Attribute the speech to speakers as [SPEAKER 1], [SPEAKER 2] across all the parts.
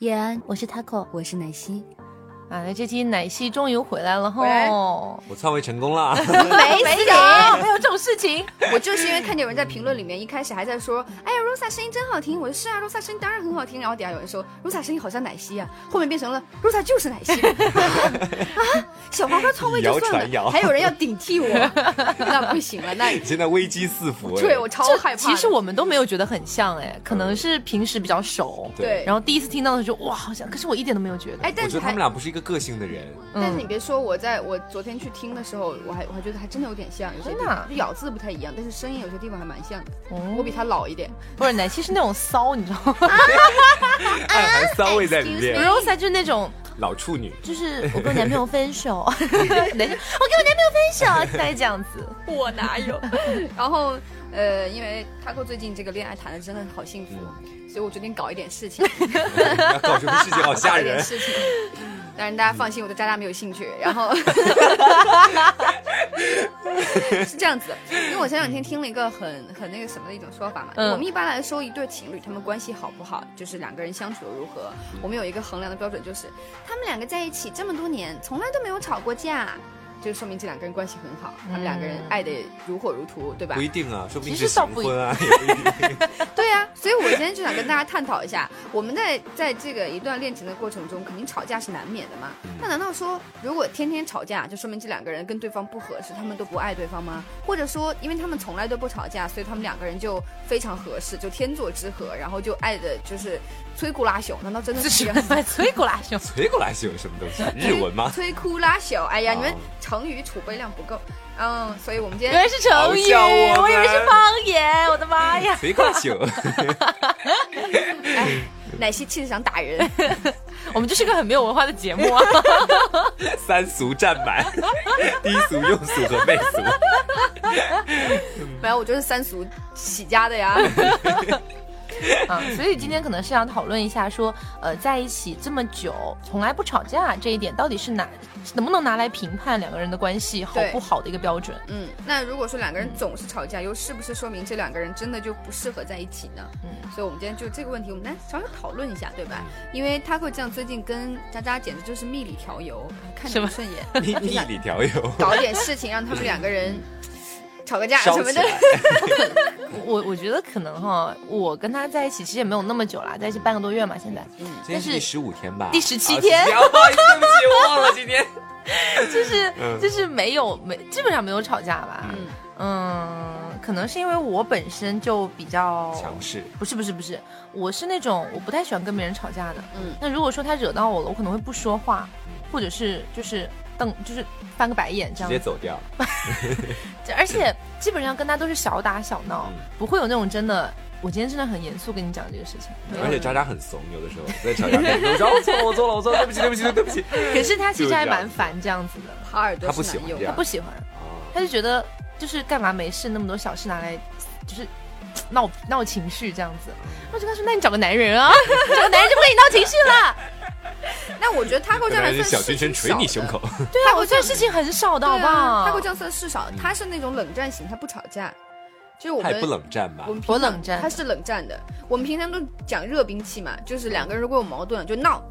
[SPEAKER 1] 叶安，我是 Taco，我是奶昔。
[SPEAKER 2] 啊，这期奶昔终于回来了
[SPEAKER 3] 回来
[SPEAKER 2] 吼！
[SPEAKER 4] 我篡位成功了，
[SPEAKER 3] 没
[SPEAKER 2] 没
[SPEAKER 3] 死
[SPEAKER 2] 有，没有这种事情。
[SPEAKER 3] 我就是因为看见有人在评论里面一开始还在说，哎呀，Rosa 声音真好听，我说是啊，Rosa 声音当然很好听，然后底下有人说 Rosa 声音好像奶昔啊，后面变成了 Rosa 就是奶昔 啊，小黄瓜篡位就
[SPEAKER 4] 以谣
[SPEAKER 3] 算
[SPEAKER 4] 传
[SPEAKER 3] 了，
[SPEAKER 4] 谣
[SPEAKER 3] 还有人要顶替我， 那不行了， 那
[SPEAKER 4] 现在危机四伏。哎
[SPEAKER 3] 对我超害怕的。
[SPEAKER 2] 其实我们都没有觉得很像哎，可能是平时比较熟，
[SPEAKER 3] 对
[SPEAKER 2] 然后第一次听到的时候哇，好像，可是我一点都没有觉得。
[SPEAKER 3] 哎，
[SPEAKER 4] 我
[SPEAKER 3] 但
[SPEAKER 4] 觉
[SPEAKER 3] 是
[SPEAKER 4] 得他
[SPEAKER 3] 还
[SPEAKER 4] 们俩不是一个个性的人，
[SPEAKER 3] 但是
[SPEAKER 2] 嗯
[SPEAKER 3] 你别说，我在我昨天去听的时候，我还我还觉得还真的有点像，有些
[SPEAKER 2] 真
[SPEAKER 3] 地
[SPEAKER 2] 的
[SPEAKER 3] 方
[SPEAKER 2] 啊
[SPEAKER 3] 就咬字不太一样，但是声音有些地方还蛮像的。
[SPEAKER 2] 哦
[SPEAKER 3] 我比他老一点，
[SPEAKER 2] 不是奶昔是那种骚，你知道吗
[SPEAKER 4] 暗含骚味在里
[SPEAKER 3] excuse
[SPEAKER 4] 面
[SPEAKER 3] me。
[SPEAKER 2] ？Rosa 就是那种，
[SPEAKER 4] 老处女，
[SPEAKER 2] 就是我跟我男朋友分手，奶昔我跟我男朋友分手，大概这样子。
[SPEAKER 3] 我哪有？然后呃，因为 Taco 最近这个恋爱谈的真的好幸福，
[SPEAKER 4] 嗯
[SPEAKER 3] 所以我决定搞一点事情，
[SPEAKER 4] 要搞什么事情好吓
[SPEAKER 3] 搞一点
[SPEAKER 4] 人。
[SPEAKER 3] 事情。当然大家放心，我对渣渣没有兴趣。然 后是这样子，因为我前两天听了一个很很那个什么的一种说法嘛。
[SPEAKER 2] 嗯
[SPEAKER 3] 我们一般来说，一对情侣他们关系好不好，就是两个人相处的如何。
[SPEAKER 4] 嗯
[SPEAKER 3] 我们有一个衡量的标准，就是他们两个在一起这么多年，从来都没有吵过架。就说明这两个人关系很好，他们两个人
[SPEAKER 4] 嗯
[SPEAKER 3] 爱的如火如荼，对吧？
[SPEAKER 4] 不一定啊，说不定
[SPEAKER 2] 其
[SPEAKER 4] 是
[SPEAKER 2] 实倒
[SPEAKER 4] 行
[SPEAKER 2] 不
[SPEAKER 4] 婚啊，也不一定。
[SPEAKER 3] 对呀、所以我今天就想跟大家探讨一下，我们在在这个一段恋情的过程中，肯定吵架是难免的嘛。
[SPEAKER 4] 嗯
[SPEAKER 3] 那难道说，如果天天吵架，就说明这两个人跟对方不合适，他们都不爱对方吗？或者说，因为他们从来都不吵架，所以他们两个人就非常合适，就天作之合，然后就爱的就是摧枯拉朽？难道真的
[SPEAKER 2] 就是
[SPEAKER 3] 这
[SPEAKER 2] 是
[SPEAKER 3] 样
[SPEAKER 2] 摧枯拉 朽。
[SPEAKER 4] 推过来是有什么东西？ 日文吗？
[SPEAKER 3] 摧枯拉朽，哎呀，
[SPEAKER 4] 哦
[SPEAKER 3] 你们成语储备量不够。嗯，所以我们今
[SPEAKER 2] 原
[SPEAKER 3] 天
[SPEAKER 2] 来是成语，
[SPEAKER 4] 嘲笑我们
[SPEAKER 2] 我以为是方言，我的妈呀！
[SPEAKER 4] 推过来是有
[SPEAKER 3] 奶昔气得想打 人。
[SPEAKER 2] 我们就是个很没有文化的节目啊。
[SPEAKER 4] 三俗占满，低俗、庸俗和媚俗。
[SPEAKER 3] 没有，我就是三俗起家的呀。
[SPEAKER 2] 啊，所以今天可能是要讨论一下说，呃，在一起这么久从来不吵架这一点，到底是哪能不能拿来评判两个人的关系好
[SPEAKER 3] 对
[SPEAKER 2] 不好的一个标准？
[SPEAKER 3] 嗯，那如果说两个人总是吵架，又是不是说明这两个人真的就不适合在一起呢？嗯，所以我们今天就这个问题，我们来稍微讨论一下，对吧？
[SPEAKER 4] 嗯
[SPEAKER 3] 因为 Taco 酱最近跟渣渣简直就是蜜里调油，看着
[SPEAKER 2] 什
[SPEAKER 3] 不
[SPEAKER 2] 么
[SPEAKER 3] 顺眼，
[SPEAKER 4] 蜜蜜里调油，
[SPEAKER 3] 搞一点事情让他们两个人吵个架
[SPEAKER 4] 烧
[SPEAKER 3] 什
[SPEAKER 4] 起
[SPEAKER 3] 么的。
[SPEAKER 4] 来。
[SPEAKER 2] 我我觉得可能哈，我跟他在一起其实也没有那么久啦，在一起半个多月嘛，现 在
[SPEAKER 4] 今天是第十五天吧？
[SPEAKER 2] 第17
[SPEAKER 4] 啊
[SPEAKER 2] 天
[SPEAKER 4] 17啊不好意思，对不起，我忘了今天。
[SPEAKER 2] 就是
[SPEAKER 4] 嗯
[SPEAKER 2] 就是没有没基本上没有吵架吧。
[SPEAKER 3] 嗯
[SPEAKER 2] 嗯，可能是因为我本身就比较
[SPEAKER 4] 强势，
[SPEAKER 2] 不是不是不是，我是那种我不太喜欢跟别人吵架的。
[SPEAKER 3] 嗯
[SPEAKER 2] 那如果说他惹到我了，我可能会不说话，或者是就是瞪，就是翻个白眼这
[SPEAKER 4] 直
[SPEAKER 2] 样
[SPEAKER 4] 接
[SPEAKER 2] 子。
[SPEAKER 4] 走掉。
[SPEAKER 2] 而且基本上跟他都是小打小闹，
[SPEAKER 4] 嗯
[SPEAKER 2] 不会有那种真的。我今天真的很严肃跟你讲这个事情，没有
[SPEAKER 4] 而且渣渣很怂，有的时候在吵架当中，然后我错了，我错了，我错了，对不起，对不起，对不起。
[SPEAKER 2] 可是他其
[SPEAKER 4] 就是
[SPEAKER 2] 实
[SPEAKER 4] 这
[SPEAKER 2] 还
[SPEAKER 4] 样
[SPEAKER 2] 蛮烦这样子的，
[SPEAKER 3] 他耳朵
[SPEAKER 4] 他不
[SPEAKER 3] 是
[SPEAKER 4] 喜
[SPEAKER 3] 男
[SPEAKER 4] 欢
[SPEAKER 3] 友
[SPEAKER 4] 这，样
[SPEAKER 2] 他不喜欢，
[SPEAKER 4] 啊
[SPEAKER 2] 他就觉得就是干嘛没事那么多小事拿来，就是闹闹情绪这样子。我就跟他说，那你找个男人啊， 你找个男人就不跟你闹情绪了。
[SPEAKER 3] 那我觉得 Taco
[SPEAKER 4] 可
[SPEAKER 3] 酱还
[SPEAKER 4] 能还是
[SPEAKER 3] 算
[SPEAKER 4] 小拳拳
[SPEAKER 3] 事
[SPEAKER 4] 捶
[SPEAKER 3] 情
[SPEAKER 4] 你
[SPEAKER 3] 少
[SPEAKER 4] 胸
[SPEAKER 3] 的啊
[SPEAKER 4] 口。
[SPEAKER 2] 对啊，我做事情很少的好不好？
[SPEAKER 3] 他会这样算事少，他是那种冷战型，他不吵架，就是我
[SPEAKER 4] 他
[SPEAKER 3] 们
[SPEAKER 4] 也不冷战吧
[SPEAKER 3] 我？们平
[SPEAKER 2] 我
[SPEAKER 3] 常
[SPEAKER 2] 冷战
[SPEAKER 3] 他是冷战的。我们平常都讲热兵器嘛，就是两个人如果有矛盾就闹，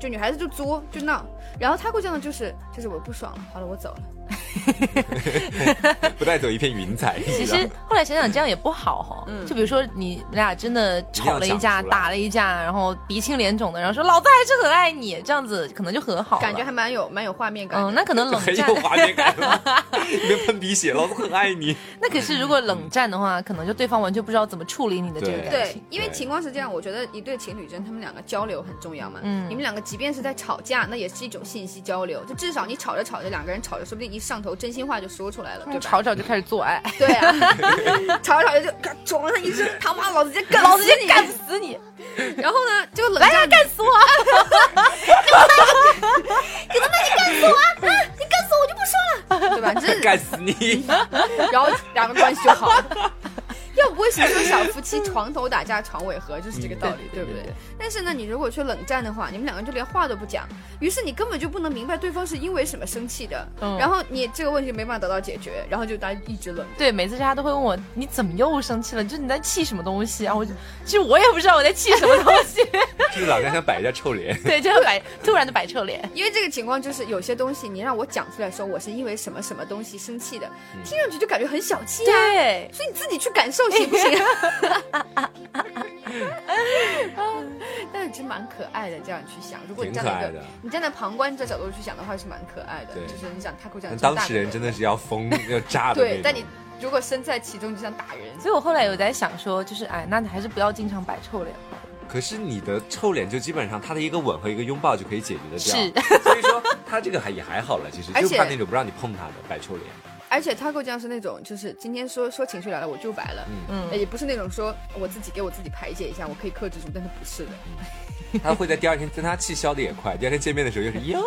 [SPEAKER 3] 就女孩子就作就闹，然后他会这样的就是就是我不爽了，好了我走了。
[SPEAKER 4] 不带走一片云彩。
[SPEAKER 2] 其
[SPEAKER 4] 你知道
[SPEAKER 2] 实
[SPEAKER 4] 吗
[SPEAKER 2] 后来想想这样也不好哈、就比如说你俩真的吵了一架，
[SPEAKER 4] 一定要讲出来
[SPEAKER 2] 打了一架，然后鼻青脸肿的，然后说老子还是很爱你，这样子可能就和好了
[SPEAKER 3] 感觉还蛮有蛮有画面感的。
[SPEAKER 2] 嗯，那可能冷
[SPEAKER 4] 很
[SPEAKER 2] 战
[SPEAKER 4] 有，画面感了，别喷鼻血了，我很爱你。
[SPEAKER 2] 那可是如果冷战的话，可能就对方完全不知道怎么处理你的这个
[SPEAKER 4] 对
[SPEAKER 2] 感
[SPEAKER 3] 对
[SPEAKER 2] 情。，
[SPEAKER 3] 因为
[SPEAKER 4] 对
[SPEAKER 3] 情况是这样，我觉得一对情侣间他们两个交流很重要嘛。
[SPEAKER 2] 嗯
[SPEAKER 3] 你们两个即便是在吵架，那也是一种信息交流，就至少你吵着吵着，两个人吵着，说不定一上头，真心话就说出来了，对
[SPEAKER 2] 嗯
[SPEAKER 3] 吧？
[SPEAKER 2] 吵吵就开始做爱，
[SPEAKER 3] 对啊， 吵着吵着就嘎床上一声，他妈老子直接干
[SPEAKER 2] 老
[SPEAKER 3] 死
[SPEAKER 2] 子就
[SPEAKER 3] 你
[SPEAKER 2] 干死你！
[SPEAKER 3] 然后呢，就冷战干 死我，啊你他妈你干死我啊！你干死我，我就不说了，对吧？这
[SPEAKER 4] 干死你！
[SPEAKER 3] 然后两个关系就好了。要不为什么说小夫妻床头打架床尾和，就是这个道理，
[SPEAKER 2] 嗯对
[SPEAKER 3] 不
[SPEAKER 2] 对对对？
[SPEAKER 3] 但是呢，你如果去冷战的话，你们两个人就连话都不讲，于是你根本就不能明白对方是因为什么生气的，
[SPEAKER 2] 嗯
[SPEAKER 3] 然后你这个问题没办法得到解决，然后就大家一直冷战。
[SPEAKER 2] 对，每次他都会问我你怎么又生气了？就是你在气什么东西啊？我就其实我也不知道我在气什么东西，
[SPEAKER 4] 就是老娘想摆一下臭脸，
[SPEAKER 2] 对，就会摆突然的摆臭脸。
[SPEAKER 3] 因为这个情况就是有些东西你让我讲出来说我是因为什么什么东西生气的，
[SPEAKER 2] 嗯
[SPEAKER 3] 听上去就感觉很小气啊。
[SPEAKER 2] 对，
[SPEAKER 3] 所以你自己去感受行不行？
[SPEAKER 4] 哎
[SPEAKER 3] 但是其实蛮可爱的，这样去想，如果你
[SPEAKER 4] 挺
[SPEAKER 3] 站
[SPEAKER 4] 可
[SPEAKER 3] 在
[SPEAKER 4] 爱
[SPEAKER 3] 一个
[SPEAKER 4] 的。
[SPEAKER 3] 你站在旁观者角度去想的话，是蛮可爱的。
[SPEAKER 4] 对
[SPEAKER 3] 啊就是你想 Taco 讲
[SPEAKER 4] 但，当事人真
[SPEAKER 3] 的
[SPEAKER 4] 的是要疯要炸的那
[SPEAKER 3] 对
[SPEAKER 4] 种，。
[SPEAKER 3] 但你如果身在其中，就想打人。
[SPEAKER 2] 所以我后来有在想说，就是哎，那你还是不要经常摆臭脸。
[SPEAKER 4] 可是你的臭脸就基本上他的一个吻和一个拥抱就可以解决的掉，
[SPEAKER 2] 是
[SPEAKER 4] 所以说他这个还也还好了，其实
[SPEAKER 3] 而
[SPEAKER 4] 就
[SPEAKER 3] 且
[SPEAKER 4] 怕那种不让你碰他的摆臭脸，
[SPEAKER 3] 而且 Taco 酱是那种，就是今天说说情绪来了我就白了，哎
[SPEAKER 2] 嗯
[SPEAKER 3] 也不是那种说我自己给我自己排解一下，我可以克制住，但是不是的。
[SPEAKER 4] 他会在第二天，但他气消的也快，第二天见面的时候又是哟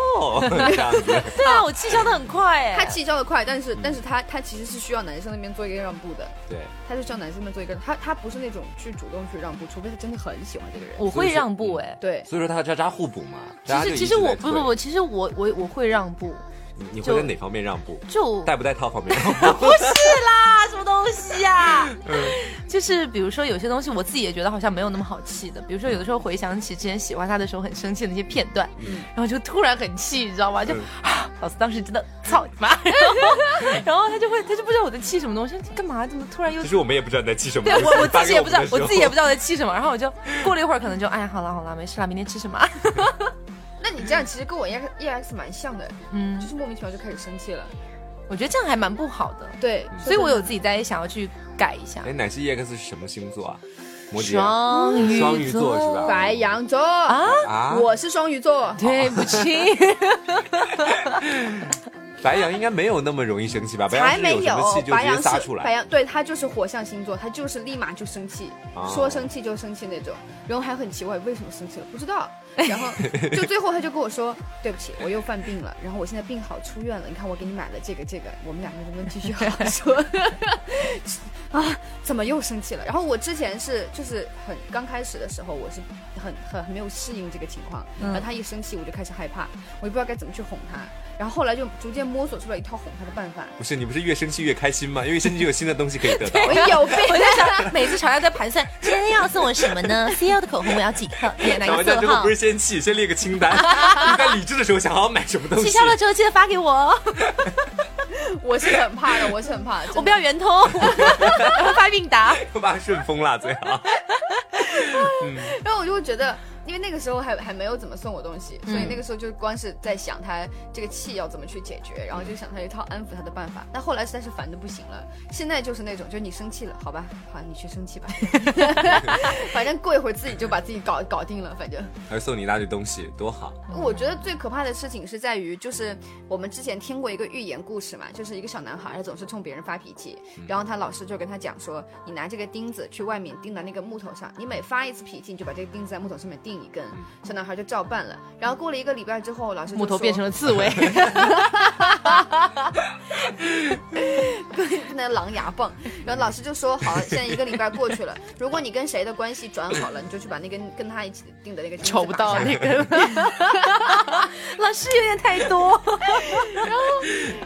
[SPEAKER 4] 这样子，
[SPEAKER 2] 对啊，我气消的很快哎。
[SPEAKER 3] 他气消的快，但是但是他他其实是需要男生那边做一个让步的，
[SPEAKER 4] 对，
[SPEAKER 3] 他是需要男生们做一个，他他不是那种去主动去让步，除非他真的很喜欢这个人。
[SPEAKER 2] 我会让步哎。
[SPEAKER 3] 对，
[SPEAKER 4] 所以说他和渣渣互补嘛，
[SPEAKER 2] 其
[SPEAKER 4] 渣渣就
[SPEAKER 2] 实
[SPEAKER 4] 一
[SPEAKER 2] 其
[SPEAKER 4] 直
[SPEAKER 2] 实我
[SPEAKER 4] 在
[SPEAKER 2] 不不
[SPEAKER 4] 退
[SPEAKER 2] 不，其实我我我会让步，
[SPEAKER 4] 你你
[SPEAKER 2] 就
[SPEAKER 4] 会在哪方面让步？
[SPEAKER 2] 就
[SPEAKER 4] 带不带套方面让 步？
[SPEAKER 2] 不是啦，什么东西呀、就是比如说有些东西我自己也觉得好像没有那么好气的，比如说有的时候回想起之前喜欢他的时候很生气的那些片段，然后就突然很气，你知道吗？就、
[SPEAKER 4] 嗯
[SPEAKER 2] 啊，老子当时真的操 你妈！然后然后他就会他就不知道我在气什么东西，干嘛怎么突然又
[SPEAKER 4] 其。实我们也不知道你在气什么
[SPEAKER 2] 对
[SPEAKER 4] 东西，
[SPEAKER 2] 我我
[SPEAKER 4] 发
[SPEAKER 2] 自己
[SPEAKER 4] 给
[SPEAKER 2] 也不知道
[SPEAKER 4] 们，的
[SPEAKER 2] 我
[SPEAKER 4] 时
[SPEAKER 2] 自己也
[SPEAKER 4] 候
[SPEAKER 2] 不知道我在气什么，然后我就过了一会儿，可能就哎，好了好了，没事了，明天吃什么？
[SPEAKER 3] 那你这样其实跟我 E X E X 蛮像的，
[SPEAKER 2] 嗯
[SPEAKER 3] 就，是莫名其妙就开始生气了。嗯
[SPEAKER 2] 我觉得这样还蛮不好的，
[SPEAKER 3] 对，
[SPEAKER 2] 所以我有自己在想要去改一下
[SPEAKER 4] 哎，。奶昔 EX 是什么星座啊？摩羯啊
[SPEAKER 2] 双鱼
[SPEAKER 4] 双鱼座是吧
[SPEAKER 3] 白羊座
[SPEAKER 2] 啊
[SPEAKER 3] 啊，
[SPEAKER 4] 啊，
[SPEAKER 3] 我是双鱼座，
[SPEAKER 2] 对不起，
[SPEAKER 4] 白羊应该没有那么容易生气吧？白
[SPEAKER 3] 才
[SPEAKER 4] 羊
[SPEAKER 3] 没
[SPEAKER 4] 是什么气就
[SPEAKER 3] 白
[SPEAKER 4] 直接
[SPEAKER 3] 羊
[SPEAKER 4] 撒
[SPEAKER 3] 是
[SPEAKER 4] 出
[SPEAKER 3] 白
[SPEAKER 4] 来，
[SPEAKER 3] 羊，对他就是火象星座，他就是立马就生气，
[SPEAKER 4] 啊
[SPEAKER 3] 说生气就生气那种。然后还很奇怪，为什么生气了？不知 道。然后就最后他就跟我说：“对不起，我又犯病了。然后我现在病好出院了，你看我给你买了这个这个，我们两个能不能继续好好说？” 啊，怎么又生气了？然后我之前是就是很刚开始的时候，我是很很很没有适应这个情况，然后他一生气我就开始害怕，我也不知道该怎么去哄他。然后后来就逐渐摸索出了一套哄他的办法。
[SPEAKER 4] 不是你不是越生气越开心吗？因为生气就有新的东西可以 得到。
[SPEAKER 3] 我有病！
[SPEAKER 1] 我在想， 每次吵架在盘算今天要送我什么 呢？C L 的口红我要几克？点哪
[SPEAKER 4] 打
[SPEAKER 1] 个
[SPEAKER 4] 完架
[SPEAKER 1] 色
[SPEAKER 4] 之后
[SPEAKER 1] 号
[SPEAKER 4] 不？是先气，先列个 清单，你在理智的时候想好买什么东西。
[SPEAKER 1] 气消了之后记得发给我，哦
[SPEAKER 3] 我是很怕的，我是很怕的。
[SPEAKER 1] 我不要 圆通， 我会发韵达。
[SPEAKER 4] 又把它顺丰啦，最好。
[SPEAKER 3] 真的，然后我就会觉得，因为那个时候还还没有怎么送我东西，所以那个时候就光是在想他这个气要怎么去解决，然后就想他一套安抚他的办法。但后来实在是烦的不行了，现在就是那种，就是你生气了，好吧，好，你去生气吧， 反正过一会儿自己就把自己搞搞定了，反正。
[SPEAKER 4] 还送你一大堆东西，多好！
[SPEAKER 3] 我觉得
[SPEAKER 2] 嗯
[SPEAKER 3] 最可怕的事情是在于，就是我们之前听过一个寓言故事嘛，就是一个小男孩，他总是冲别人发脾气，
[SPEAKER 2] 嗯
[SPEAKER 3] 然后他老师就跟他讲说，你拿这个钉子去外面钉到那个木头上，你每发一次脾气，你就把这个钉子在木头上面钉一根。小男孩就照办了。然后过了一个礼拜之后，老师 就
[SPEAKER 2] 嗯木头
[SPEAKER 3] 说
[SPEAKER 2] 变成了刺 猬。
[SPEAKER 3] 那狼牙 棒，然后老师就说好，现在一个礼拜过去了，如果你跟谁的关系转好了，你就去把那根跟他一起钉的那个钉子
[SPEAKER 2] 瞅不
[SPEAKER 3] 拔
[SPEAKER 2] 到
[SPEAKER 3] 下来
[SPEAKER 2] 那个，老师有点太多。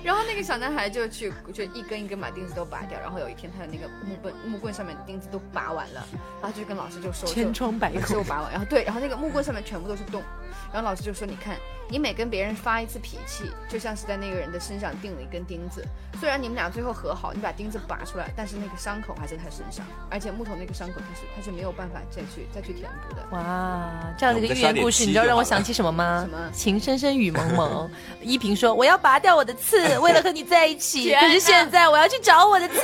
[SPEAKER 3] 然后那个小男孩就去，就一根一根把钉子都拔掉。然后有一天，他的那个木棍木棍上面的钉子都拔完了，然后就跟老师就说，
[SPEAKER 2] 千疮百孔
[SPEAKER 3] 就拔完。然后对，然后那个木棍上面全部都是洞。然后老师就说：“你看，你每跟别人发一次脾气，就像是在那个人的身上钉了一根钉子。虽然你们俩最后和好，你把钉子拔出来，但是那个伤口还在他身上，而且木头那个伤口它是它是没有办法再去再去填补的。
[SPEAKER 2] 哇，这样的一
[SPEAKER 4] 我们
[SPEAKER 2] 个寓言
[SPEAKER 4] 再刷点
[SPEAKER 2] 故事，
[SPEAKER 4] 漆
[SPEAKER 2] 你知道
[SPEAKER 4] 就
[SPEAKER 2] 让我
[SPEAKER 4] 好
[SPEAKER 2] 想起什么吗？
[SPEAKER 3] 什么
[SPEAKER 2] 情深深雨蒙蒙。依萍说：“我要拔掉我的 刺，为了和你在一起。可是现在我要去找我的刺。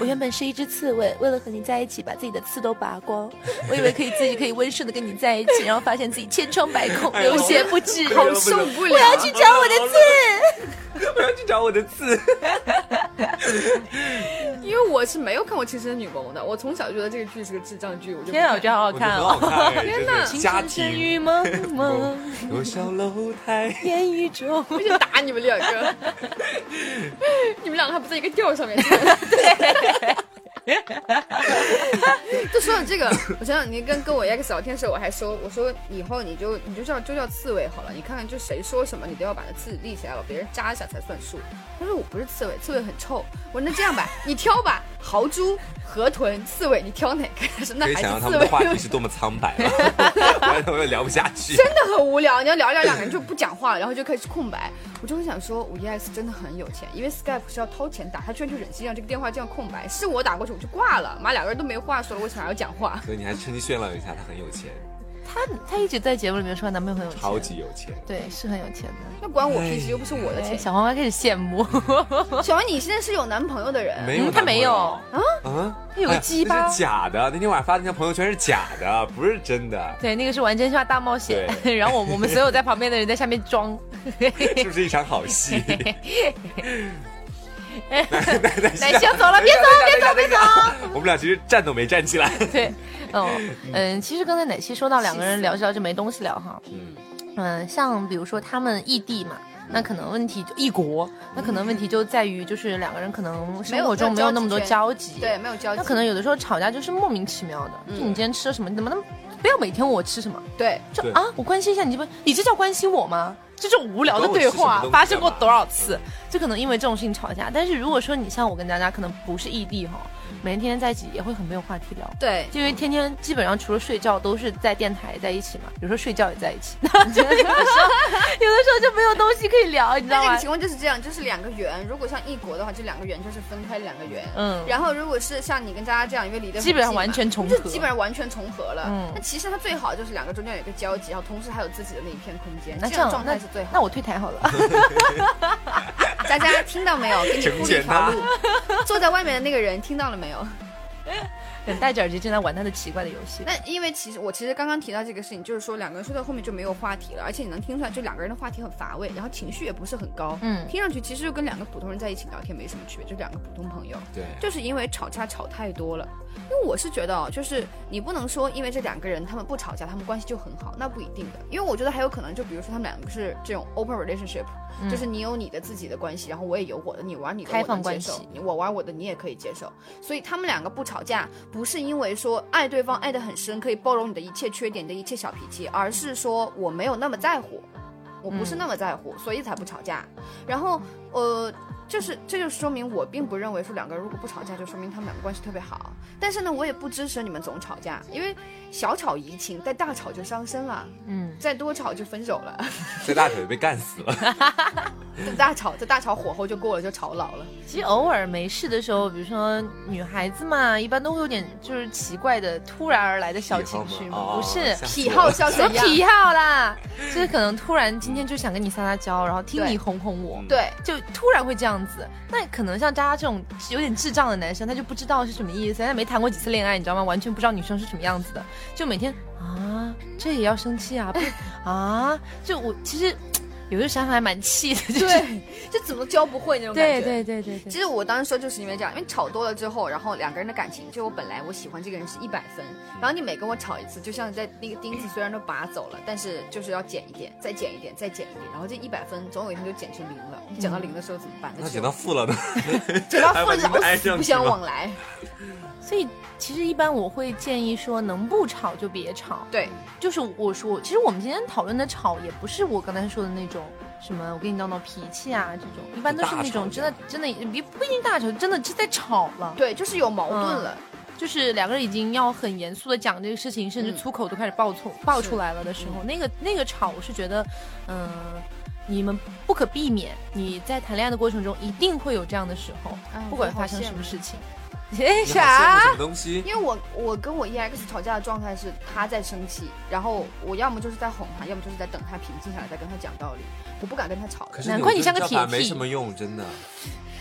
[SPEAKER 2] 我原本是一只刺猬，为了和你在一起，把自己的刺都拔光。我以为可以自己可以温顺的跟你在一 起，然后发现自己千疮百孔，
[SPEAKER 3] 哎
[SPEAKER 2] 流血不止。
[SPEAKER 4] 好
[SPEAKER 3] 受不了
[SPEAKER 2] 我要去找我的刺。
[SPEAKER 4] 我要去找我的刺。
[SPEAKER 3] 因为我是没有看过《情深深雨蒙》的，我从小就觉得这个剧是个智障剧，我就
[SPEAKER 2] 天啊，我觉得好好
[SPEAKER 4] 我觉
[SPEAKER 2] 看
[SPEAKER 4] 得很
[SPEAKER 2] 哦！
[SPEAKER 4] 好看 哎，
[SPEAKER 3] 天
[SPEAKER 4] 真
[SPEAKER 3] 哪
[SPEAKER 4] 的
[SPEAKER 2] 情
[SPEAKER 4] 家
[SPEAKER 2] 深深
[SPEAKER 4] 庭
[SPEAKER 2] 雨蒙蒙，
[SPEAKER 4] 有小楼台。
[SPEAKER 2] 烟雨中。
[SPEAKER 3] 我就打你们两个， 你们两个还不在一个调上面。 就说到这个，我想想，你跟跟我 ex 聊天时，我还说，我说以后你就你就叫就叫刺猬好了，你看看就谁说什么，你都要把那刺立起来，把别人扎一下才算数。他说我不是刺猬，刺猬很臭。我说那这样吧，你挑吧，豪猪、河豚、刺猬，你挑哪个？ 他说那
[SPEAKER 4] 可以
[SPEAKER 3] 还
[SPEAKER 4] 想
[SPEAKER 3] 是
[SPEAKER 4] 象他
[SPEAKER 3] 刺
[SPEAKER 4] 们的
[SPEAKER 3] 猬，
[SPEAKER 4] 话题是多么苍白啊了， 我我也聊不下去。真的，
[SPEAKER 3] 真的很无聊，你要聊一聊，两个人就不讲话了，然后就开始空白。我就会想说，我 EX 真的很有钱，因为 Skype 是要掏钱打，他居然就忍心让这个电话这样空白，是我打过去我就挂了，妈两个人都没话说了，为什么还要讲话？
[SPEAKER 4] 所以你还趁机炫耀一下，他很有钱，
[SPEAKER 2] 她她一直在节目里面说她男朋友很有
[SPEAKER 4] 超
[SPEAKER 2] 钱，
[SPEAKER 4] 级有钱。
[SPEAKER 2] 对，是很有钱的。
[SPEAKER 3] 那管我屁事，又不是我的
[SPEAKER 2] 哎
[SPEAKER 3] 钱。
[SPEAKER 2] 小黄瓜开始羡慕，
[SPEAKER 3] 小王，你现在是有男朋友的人，
[SPEAKER 4] 没有、
[SPEAKER 2] 嗯他没有
[SPEAKER 4] 啊啊，
[SPEAKER 2] 他有个
[SPEAKER 4] 哎呀
[SPEAKER 2] 鸡巴
[SPEAKER 4] 那是假的。那天晚上发的那条朋友圈是假的，不是真的，
[SPEAKER 2] 对，那个是玩真话大冒险， 然后我我们所有在旁边的人在下面 装，嗯
[SPEAKER 4] 是不是一场好戏？
[SPEAKER 2] 男生走了，别走，
[SPEAKER 4] 别走，别走！我们俩其实站都没站起来。
[SPEAKER 2] 对，哦，嗯，其实刚才奶昔说到两个人聊着聊着没东西聊哈，
[SPEAKER 4] 嗯
[SPEAKER 2] 嗯，像比如说他们异地嘛，那可能问题就异国，
[SPEAKER 4] 嗯
[SPEAKER 2] 那可能问题就在于就是两个人可能生活中没有那么多交集，
[SPEAKER 3] 对，，没有交集。
[SPEAKER 2] 那可能有的时候吵架就是莫名其妙的，
[SPEAKER 4] 嗯
[SPEAKER 2] 就你今天吃了什么，你怎么能不要每天我吃什么？
[SPEAKER 3] 对，
[SPEAKER 2] 就
[SPEAKER 4] 对
[SPEAKER 2] 啊，我关心一下你这不，你这叫关心我吗？这种无聊的对话
[SPEAKER 4] 你跟我吃什么东西
[SPEAKER 2] 发生过
[SPEAKER 4] 干嘛
[SPEAKER 2] 多少次？就可能因为这种事情吵架。但是如果说你像我跟佳佳，可能不是异地哈，每天天天在一起也会很没有话题聊。
[SPEAKER 3] 对，
[SPEAKER 2] 就因为天天基本上除了睡觉都是在电台在一起嘛，有时候睡觉也在一起， 那就有的时候有的时候就没有东西可以聊，你知道
[SPEAKER 3] 那这
[SPEAKER 2] 吗
[SPEAKER 3] 个？情况就是这样，就是两个圆。如果像异国的话，这两个圆就是分开两个圆。
[SPEAKER 2] 嗯
[SPEAKER 3] 然后如果是像你跟佳佳这样，因为离得很
[SPEAKER 2] 基本上
[SPEAKER 3] 近嘛
[SPEAKER 2] 完全重合
[SPEAKER 3] 就基本上完全重合了。
[SPEAKER 2] 嗯
[SPEAKER 3] 那其实它最好就是两个中间有一个交集，然后同时还有自己的那一片空间，
[SPEAKER 2] 那
[SPEAKER 3] 这
[SPEAKER 2] 这
[SPEAKER 3] 样
[SPEAKER 2] 样
[SPEAKER 3] 状态是最
[SPEAKER 2] 那
[SPEAKER 3] 好。
[SPEAKER 2] 我退台好了，
[SPEAKER 3] 佳佳听到没有？给你
[SPEAKER 4] 成
[SPEAKER 3] 铺了一
[SPEAKER 4] 全
[SPEAKER 3] 条
[SPEAKER 4] 他
[SPEAKER 3] 路。坐在外面的那个人听到了没有？
[SPEAKER 2] 戴着耳机正在玩他的奇怪的游戏。
[SPEAKER 3] 那因为其实我其实刚刚提到这个事情，就是说两个人说到后面就没有话题了，而且你能听出来，就两个人的话题很乏味，然后情绪也不是很高。
[SPEAKER 2] 嗯
[SPEAKER 3] 听上去其实就跟两个普通人在一起聊天没什么区别，就两个普通朋友。
[SPEAKER 4] 对，
[SPEAKER 3] 就是因为吵架吵太多了。因为我是觉得，哦，就是你不能说因为这两个人他们不吵架，他们关系就很好，那不一定的。因为我觉得还有可能，就比如说他们两个是这种 open relationship，、就是你有你的自己的关系，然后我也有我的，你玩你的，
[SPEAKER 2] 嗯开
[SPEAKER 3] 我能
[SPEAKER 2] 放关
[SPEAKER 3] 接受
[SPEAKER 2] 系
[SPEAKER 3] 你我玩我的，你也可以接受。所以他们两个不吵架，不是因为说爱对方爱得很深，可以包容你的一切缺点、你的一切小脾气，而是说我没有那么在乎。我不
[SPEAKER 2] 嗯
[SPEAKER 3] 是那么在乎，所以才不吵架。然后，呃，就是这就说明我并不认为说两个人如果不吵架，就说明他们两个关系特别好。但是呢，我也不支持你们总吵架，因为小吵怡情，但大吵就伤身了，
[SPEAKER 2] 嗯，
[SPEAKER 3] 再多吵就分手了，
[SPEAKER 4] 在大腿被干死了。
[SPEAKER 3] 再大吵再大吵火候就过了，就吵老了。
[SPEAKER 2] 其实偶尔没事的时候，比如说女孩子嘛，一般都会有点就是奇怪的突然而来的小情绪嘛，不是。
[SPEAKER 3] 癖好像
[SPEAKER 2] 什么
[SPEAKER 3] 怎样？
[SPEAKER 2] 癖好啦？就是可能突然今天就想跟你撒撒娇，然后听你
[SPEAKER 3] 对
[SPEAKER 2] 哄哄我，
[SPEAKER 3] 对，
[SPEAKER 2] 就突然会这样子。那可能像渣渣这种有点智障的男生，他就不知道是什么意思，他没谈过几次恋爱，你知道吗？完全不知道女生是什么样子的，就每天啊，这也要生气啊，不啊，就我其实有时候想想还蛮气的，就是
[SPEAKER 3] 对，就怎么都教不会那种感觉。
[SPEAKER 2] 对对对对
[SPEAKER 3] 其
[SPEAKER 2] 对，
[SPEAKER 3] 实我当时说就是因为这样，因为吵多了之后，然后两个人的感情，就我本来我喜欢这个人是一百分，
[SPEAKER 2] 嗯
[SPEAKER 3] 然后你每跟我吵一次，就像在那个钉子虽然都拔走了，但是就是要减一点，再减一点，再减一点，然后这一百分总有一天就减成零了。你减
[SPEAKER 2] 嗯
[SPEAKER 3] 到零的时候怎么办？
[SPEAKER 4] 那
[SPEAKER 3] 只有
[SPEAKER 4] 剪到负了呢？
[SPEAKER 3] 减到
[SPEAKER 4] 还
[SPEAKER 3] 负
[SPEAKER 4] 把你们
[SPEAKER 3] 老
[SPEAKER 4] 挨
[SPEAKER 3] 死
[SPEAKER 4] 上
[SPEAKER 3] 哦不
[SPEAKER 4] 去
[SPEAKER 3] 相
[SPEAKER 4] 吗
[SPEAKER 3] 往来。
[SPEAKER 2] 所以其实一般我会建议说，能不吵就别吵。
[SPEAKER 3] 对，
[SPEAKER 2] 就是我说，其实我们今天讨论的吵，也不是我刚才说的那种什么我跟你闹闹脾气啊这种，一般都是那种
[SPEAKER 4] 大吵
[SPEAKER 2] 真的真的也不不一定大吵，真的是在吵了，
[SPEAKER 3] 对，就是有矛盾
[SPEAKER 2] 嗯
[SPEAKER 3] 了。
[SPEAKER 2] 就是两个人已经要很严肃的讲这个事情，甚至
[SPEAKER 3] 嗯
[SPEAKER 2] 粗口都开始爆出爆出来了的
[SPEAKER 4] 嗯
[SPEAKER 2] 时候，那个那个吵，我是觉得，嗯、你们不可避免，你在谈恋爱的过程中一定会有这样的时候，
[SPEAKER 4] 啊
[SPEAKER 3] 哎
[SPEAKER 2] 不管
[SPEAKER 3] 我好
[SPEAKER 2] 发生
[SPEAKER 3] 羡
[SPEAKER 2] 什么
[SPEAKER 3] 慕
[SPEAKER 2] 事 情。哎
[SPEAKER 4] 你好羡慕
[SPEAKER 2] 啥？
[SPEAKER 4] 什么东西？
[SPEAKER 3] 因为我我跟我 EX 吵架的状态是他在生气，然后我要么就是在哄他，要么就是在等他平静下来再跟他讲道理，我不敢跟他吵的。
[SPEAKER 4] 可是
[SPEAKER 2] 难怪你像个
[SPEAKER 4] 有时候叫法
[SPEAKER 2] 铁
[SPEAKER 4] 没
[SPEAKER 2] 蹄
[SPEAKER 4] 什么用，真的。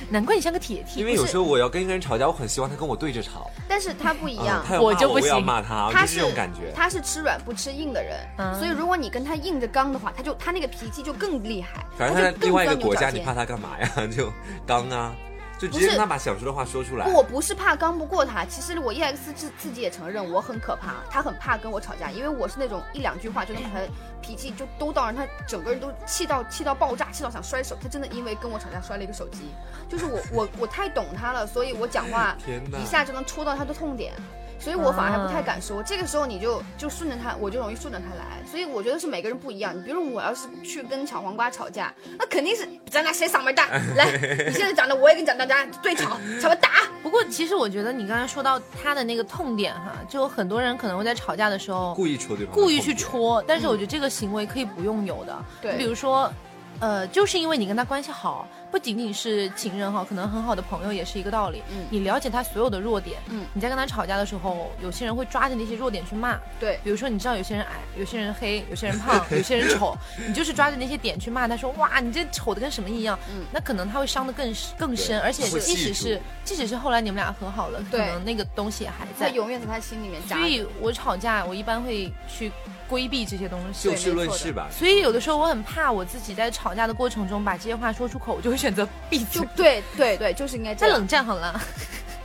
[SPEAKER 2] 难怪你像个铁 T，
[SPEAKER 4] 因为有时候我要跟一个人吵架，我很希望他跟我对着吵。
[SPEAKER 3] 但是他不一
[SPEAKER 4] 嗯
[SPEAKER 3] 样，
[SPEAKER 4] 他要骂
[SPEAKER 2] 我就不
[SPEAKER 4] 我也要
[SPEAKER 2] 行
[SPEAKER 4] 骂他，
[SPEAKER 3] 他
[SPEAKER 4] 就是这种感觉。
[SPEAKER 3] 他是吃软不吃硬的人，
[SPEAKER 2] 嗯
[SPEAKER 3] 所以如果你跟他硬着刚的话，他就他那个脾气就更厉害，
[SPEAKER 4] 反正
[SPEAKER 3] 他
[SPEAKER 4] 他在
[SPEAKER 3] 就更
[SPEAKER 4] 另外一个
[SPEAKER 3] 钻牛
[SPEAKER 4] 国家，
[SPEAKER 3] 角尖
[SPEAKER 4] 你怕他干嘛呀？就刚啊，就直
[SPEAKER 3] 不
[SPEAKER 4] 接
[SPEAKER 3] 是
[SPEAKER 4] 那把小时候的话说出来。
[SPEAKER 3] 我不是怕刚不过他，其实我 EX 自自己也承认我很可怕，他很怕跟我吵架，因为我是那种一两句话就能把他脾气就都到，让他整个人都气到气到爆炸，气到想摔手。他真的因为跟我吵架摔了一个手机，就是我我我太懂他了，所以我讲话
[SPEAKER 4] 天哪
[SPEAKER 3] 一下就能戳到他的痛点。所以我反而还不太敢
[SPEAKER 4] 啊
[SPEAKER 3] 说，这个时候你就就顺着他，我就容易顺着他来。所以我觉得是每个人不一样。你比如我要是去跟小黄瓜吵架，那肯定是咱俩谁嗓门大， 来，你现在长得我也跟你长得大，对吵，吵吧打。
[SPEAKER 2] 不过其实我觉得你刚才说到他的那个痛点哈，就有很多人可能会在吵架的时候
[SPEAKER 4] 故意嗯戳对方，
[SPEAKER 2] 故意去，戳，但是我觉得这个行为可以不用有的。
[SPEAKER 3] 对
[SPEAKER 2] 比如说，呃，就是因为你跟他关系好，不仅仅是情人哈，可能很好的朋友也是一个道理。
[SPEAKER 3] 嗯
[SPEAKER 2] 你了解他所有的弱点，
[SPEAKER 3] 嗯
[SPEAKER 2] 你在跟他吵架的时候，有些人会抓着那些弱点去骂。
[SPEAKER 3] 对，
[SPEAKER 2] 比如说，你知道有些人矮，有些人黑，有些人胖，有些人丑，你就是抓着那些点去骂他说，哇，你这丑的跟什么一样，
[SPEAKER 3] 嗯
[SPEAKER 2] 那可能他会伤得更更深，
[SPEAKER 4] 对
[SPEAKER 2] 而且
[SPEAKER 4] 会
[SPEAKER 2] 即
[SPEAKER 4] 记
[SPEAKER 2] 使
[SPEAKER 4] 住
[SPEAKER 2] 是即使是后来你们俩和好了，可
[SPEAKER 3] 对
[SPEAKER 2] 能那个东西也还
[SPEAKER 3] 他
[SPEAKER 2] 在。
[SPEAKER 3] 永远在他心里面扎
[SPEAKER 2] 所。以我吵架，我一般会去规避这些东西。
[SPEAKER 4] 就事论事吧。
[SPEAKER 2] 所以有的时候我很怕我自己在吵架的过程中把这些话说出口，我就会选择闭
[SPEAKER 3] 就
[SPEAKER 2] 嘴。
[SPEAKER 3] 对对对，就是应该这
[SPEAKER 2] 再
[SPEAKER 3] 样。
[SPEAKER 2] 冷战好了，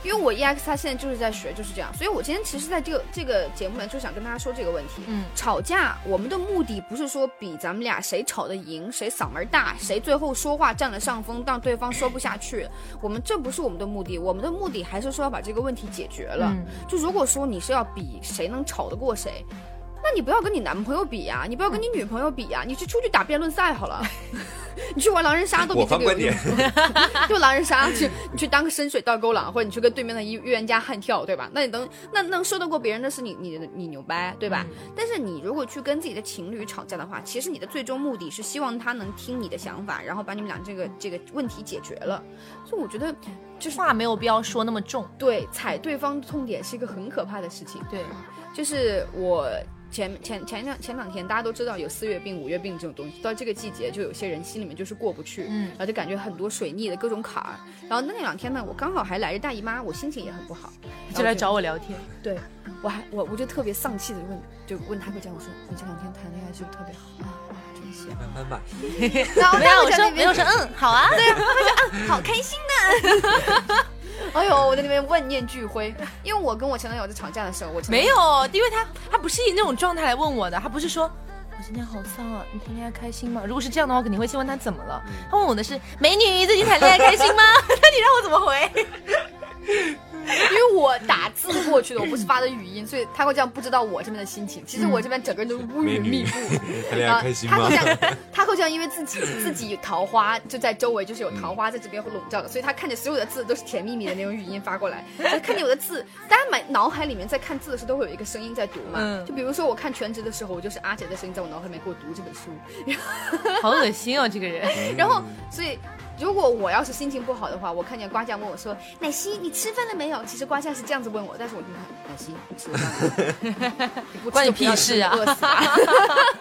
[SPEAKER 3] 因为我 EX 他现在就是在学，就是这样。所以我今天其实在这个这个节目里面就想跟大家说这个问题。
[SPEAKER 2] 嗯
[SPEAKER 3] 吵架我们的目的不是说比咱们俩谁吵得赢，谁嗓门大，谁最后说话占了上风，让对方说不下去。我们这不是我们的目的，我们的目的还是说要把这个问题解决了。
[SPEAKER 2] 嗯
[SPEAKER 3] 就如果说你是要比谁能吵得过谁。那你不要跟你男朋友比呀、你不要跟你女朋友比呀、你去出去打辩论赛好了， 你去玩狼人杀都比
[SPEAKER 4] 哎我
[SPEAKER 3] 这
[SPEAKER 4] 方
[SPEAKER 3] 个有
[SPEAKER 4] 观
[SPEAKER 3] 用。
[SPEAKER 4] 点，
[SPEAKER 3] 就狼人杀去，你去当个深水倒钩狼，或者你去跟对面的预预言家悍跳，对吧？那你能那能说得过别人的是你你你牛掰，对吧？但是你如果去跟自己的情侣吵架的话，其实你的最终目的是希望他能听你的想法，然后把你们俩这个这个问题解决了。所以我觉得，就是
[SPEAKER 2] 话没有必要说那么重。
[SPEAKER 3] 对踩对方痛点是一个很可怕的事情。
[SPEAKER 2] 对，
[SPEAKER 3] 就是我前前前两前两天大家都知道有四月病、五月病这种东西，到这个季节就有些人心里面就是过不去，
[SPEAKER 2] 嗯
[SPEAKER 3] 然后就感觉很多水逆的各种坎儿。然后那两天呢，我刚好还来着大姨妈，我心情也很不好，
[SPEAKER 2] 就嗯来找我聊天。
[SPEAKER 3] 对，我还我我就特别丧气的问，就问他会讲，我说你这两天谈恋爱是不是特别好啊？哇真香！
[SPEAKER 4] 慢慢吧。
[SPEAKER 3] 然后
[SPEAKER 2] 没有，我
[SPEAKER 3] 在
[SPEAKER 2] 说
[SPEAKER 3] 那
[SPEAKER 2] 没
[SPEAKER 3] 边
[SPEAKER 2] 有，我说嗯，好啊。
[SPEAKER 3] 好开心的。哎呦，我在那边万念俱灰，因为我跟我前男友在吵架的时候，我前男
[SPEAKER 2] 没
[SPEAKER 3] 友
[SPEAKER 2] 有，因为他他不是以那种状态来问我的，他不是说。我今天好丧啊！你谈恋爱开心吗？如果是这样的话，我肯定会先问他怎么了。他问我的是美女，最近谈恋爱开心 吗？那你让我怎么回？
[SPEAKER 3] 因为我打字过去的，我不是发的语音，所以他会这样不知道我这边的心情。其实我这边整个人都
[SPEAKER 2] 嗯
[SPEAKER 3] 乌
[SPEAKER 4] 美
[SPEAKER 3] 云密
[SPEAKER 4] 女
[SPEAKER 3] 布。，
[SPEAKER 4] 谈恋
[SPEAKER 3] 啊
[SPEAKER 4] 爱开心
[SPEAKER 3] 他
[SPEAKER 4] 吗
[SPEAKER 3] 会？这样，他会这样，因为自己自己桃花就在周围，就是有
[SPEAKER 4] 嗯
[SPEAKER 3] 桃花在这边会笼罩的，所以他看着所有的字都是甜蜜蜜的那种语音发过来。他看见我的字，大家满脑海里面在看字的时候都会有一个声音在读嘛。
[SPEAKER 2] 嗯
[SPEAKER 3] 就比如说我看全职的时候，我就是阿杰的声音在我脑海里面给我读这本书。
[SPEAKER 2] 好恶心哦，这个人。
[SPEAKER 3] 然后，所以如果我要是心情不好的话，我看见瓜酱问我说：“奶昔，你吃饭了没有？”其实瓜酱是这样子问我，但是我就看奶昔，你吃饭了 没？
[SPEAKER 2] 关你屁事啊
[SPEAKER 3] 你不吃就不要吃饿死吧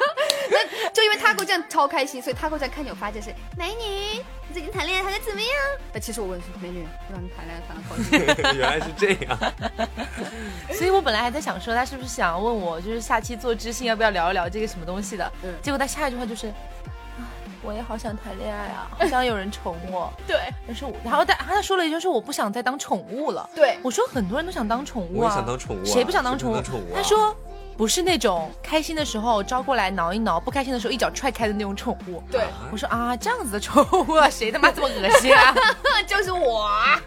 [SPEAKER 3] 那就因为 Taco 酱超开心，所以 Taco 酱看见我发这是美女，你最近谈恋爱谈的怎么样？但其实我问说美女，我让你谈恋爱谈的高兴。
[SPEAKER 4] 原来是这样，
[SPEAKER 2] 所以我本来还在想说，他是不是想要问我，就是下期做知性要不要聊一聊这个什么东西的？
[SPEAKER 3] 嗯
[SPEAKER 2] 结果他下一句话就是，唉我也好想谈恋爱啊，好想有人宠我。
[SPEAKER 3] 对
[SPEAKER 2] 但是我，然后他他说了一句说我不想再当宠物了。
[SPEAKER 3] 对，
[SPEAKER 2] 我说很多人都想当宠物
[SPEAKER 4] 我
[SPEAKER 2] 啊，
[SPEAKER 4] 也想当宠物啊
[SPEAKER 2] 谁不想当宠物？
[SPEAKER 4] 谁不想当宠物啊
[SPEAKER 2] 他说不是那种开心的时候招过来挠一挠，不开心的时候一脚踹开的那种宠物。
[SPEAKER 3] 对
[SPEAKER 4] 啊
[SPEAKER 2] 我说啊，这样子的宠物啊，谁他妈这么恶心啊？
[SPEAKER 3] 就是我，啊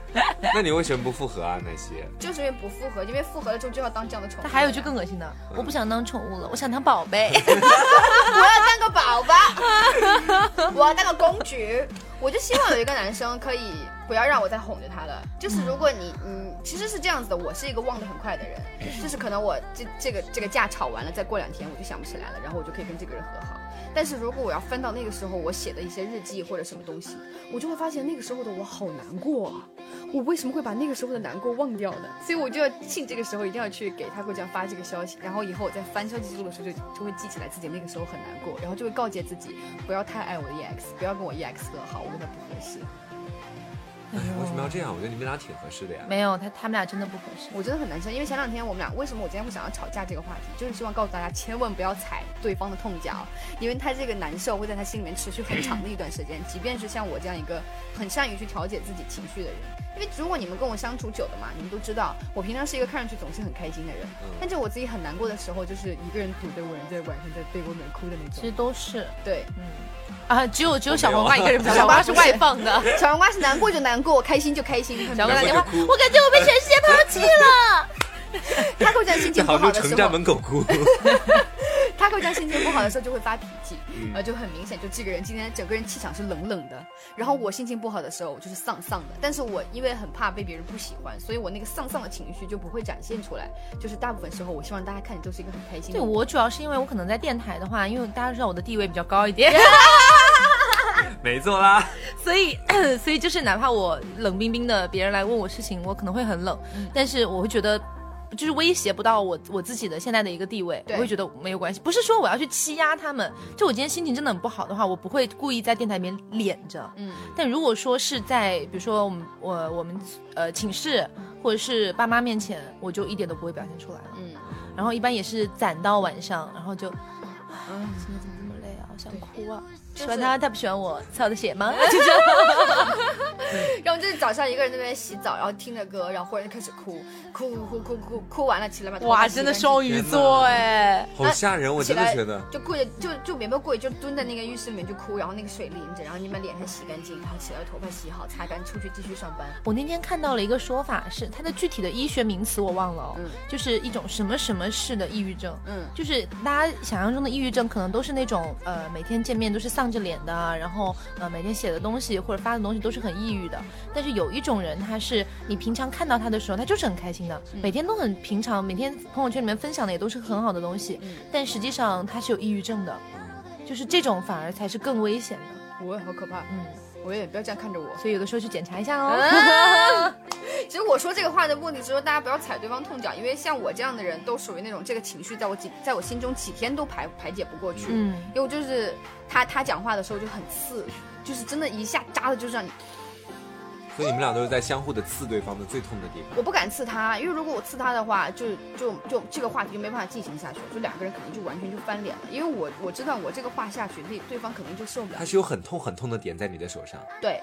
[SPEAKER 4] 那你为什么不复合啊？那些
[SPEAKER 3] 就是因为不复合，因为复合了之后就要当这样的宠物。
[SPEAKER 2] 他还有一句更恶心的，我不想当宠物了，我想当宝贝。
[SPEAKER 3] 我要当个宝宝， 我要当个公举。我就希望有一个男生可以不要让我再哄着他了。就是如果你，嗯，其实是这样子的，我是一个忘得很快的人，就是可能我这这个这个架吵完了，再过两天我就想不起来了，然后我就可以跟这个人和好。但是如果我要翻到那个时候我写的一些日记或者什么东西，我就会发现那个时候的我好难过啊，我为什么会把那个时候的难过忘掉呢？所以我就要趁这个时候一定要去给他给我这样发这个消息，然后以后我在翻消息记录的时候就就会记起来自己那个时候很难过，然后就会告诫自己不要太爱我的 EX，不要跟我 EX 和好，我跟他不合适。
[SPEAKER 4] 为什么要这样？我觉得你们俩挺合适的呀。
[SPEAKER 2] 哎没有，他他们俩真的不合适。
[SPEAKER 3] 我真的很难受，因为前两天我们俩为什么我今天会想要吵架这个话题，就是希望告诉大家千万不要踩对方的痛脚，因为他这个难受会在他心里面持续很长的一段时间。即便是像我这样一个很善于去调节自己情绪的人，因为如果你们跟我相处久的嘛，你们都知道，我平常是一个看上去总是很开心的人，但是我自己很难过的时候，就是一个人躲在我人在晚上在被窝里面哭的那
[SPEAKER 2] 其
[SPEAKER 3] 种
[SPEAKER 2] 实。都是
[SPEAKER 3] 对，
[SPEAKER 2] 啊，只有只有小黄瓜一个人，
[SPEAKER 3] 有啊
[SPEAKER 2] 小黄瓜是外放的。
[SPEAKER 3] 小黄瓜是难过就难过，开心就开心。
[SPEAKER 2] 小
[SPEAKER 4] 瓜
[SPEAKER 2] 黄瓜打电话，
[SPEAKER 4] 难怪会哭
[SPEAKER 2] 我感觉我被全世界抛弃了。
[SPEAKER 3] 他会在心
[SPEAKER 4] 在
[SPEAKER 3] 情不
[SPEAKER 4] 杭
[SPEAKER 3] 好
[SPEAKER 4] 州
[SPEAKER 3] 的
[SPEAKER 4] 城
[SPEAKER 3] 时
[SPEAKER 4] 站
[SPEAKER 3] 候，
[SPEAKER 4] 门口 哭，
[SPEAKER 3] 他会在心情不好的时候就会发脾气，然后就很明显，就这个人今天整个人气场是冷冷的。然后我心情不好的时候，我就是丧丧的。但是我因为很怕被别人不喜欢，所以我那个丧丧的情绪就不会展现出来。就是大部分时候，我希望大家看你都是一个很开心
[SPEAKER 2] 对
[SPEAKER 3] 的人。
[SPEAKER 2] 我主要是因为我可能在电台的话，因为大家知道我的地位比较高一点，
[SPEAKER 4] 没错啦。
[SPEAKER 2] 所以所以就是哪怕我冷冰冰的，别人来问我事情，我可能会很冷，但是我会觉得。就是威胁不到我我自己的现在的一个地位，
[SPEAKER 3] 对
[SPEAKER 2] 我会觉得没有关系。不是说我要去欺压他们，就我今天心情真的很不好的话，我不会故意在电台里面敛着。
[SPEAKER 3] 嗯，
[SPEAKER 2] 但如果说是在比如说我们我我们呃寝室或者是爸妈面前，我就一点都不会表现出来了。
[SPEAKER 3] 嗯，
[SPEAKER 2] 然后一般也是攒到晚上，然后就
[SPEAKER 3] 嗯，
[SPEAKER 2] 今天怎么这么累啊，我想哭啊。
[SPEAKER 3] 就是
[SPEAKER 2] 喜欢他，他不喜欢我，操的血吗？就这样。
[SPEAKER 3] 然后就是早上一个人在那边洗澡，然后听着歌，然后忽然就开始哭，哭哭哭哭哭哭完了起来把头发
[SPEAKER 2] 哇，
[SPEAKER 3] 洗
[SPEAKER 2] 真的
[SPEAKER 3] 干净
[SPEAKER 2] 双鱼座哎，
[SPEAKER 4] 好吓人，我真的觉得。
[SPEAKER 3] 就跪着，就就棉被跪，就蹲在那个浴室里面就哭，然后那个水淋着，然后你把脸上洗干净，然后起来头发洗好，擦干，出去继续上班。
[SPEAKER 2] 我那天看到了一个说法是，它的具体的医学名词我忘了哦，
[SPEAKER 3] 嗯
[SPEAKER 2] 就是一种什么什么式的抑郁症。
[SPEAKER 3] 嗯
[SPEAKER 2] 就是大家想象中的抑郁症，可能都是那种呃每天见面都是丧着脸的啊，然后呃每天写的东西或者发的东西都是很抑郁的。但是有一种人，他是你平常看到他的时候，他就是很开心的，每天都很平常，每天朋友圈里面分享的也都是很好的东西，
[SPEAKER 3] 嗯
[SPEAKER 2] 但实际上他是有抑郁症的，就是这种反而才是更危险的。
[SPEAKER 3] 我也好可怕，
[SPEAKER 2] 嗯，
[SPEAKER 3] 我也不要这样看着我。
[SPEAKER 2] 所以有的时候去检查一 下哦。
[SPEAKER 3] 其实我说这个话的目的是说，大家不要踩对方痛脚，因为像我这样的人都属于那种这个情绪在我几在我心中几天都排排解不过去。
[SPEAKER 2] 嗯
[SPEAKER 3] 因为我就是他他讲话的时候就很刺，就是真的一下扎的就是让你，
[SPEAKER 4] 所以你们俩都是在相互的刺对方的最痛的地方。
[SPEAKER 3] 我不敢刺他，因为如果我刺他的话，就就就这个话题就没办法进行下去，就两个人肯定就完全就翻脸了。因为我我知道我这个话下去，对对方肯定就受不了
[SPEAKER 4] 他。是有很痛很痛的点在你的手上，
[SPEAKER 3] 对，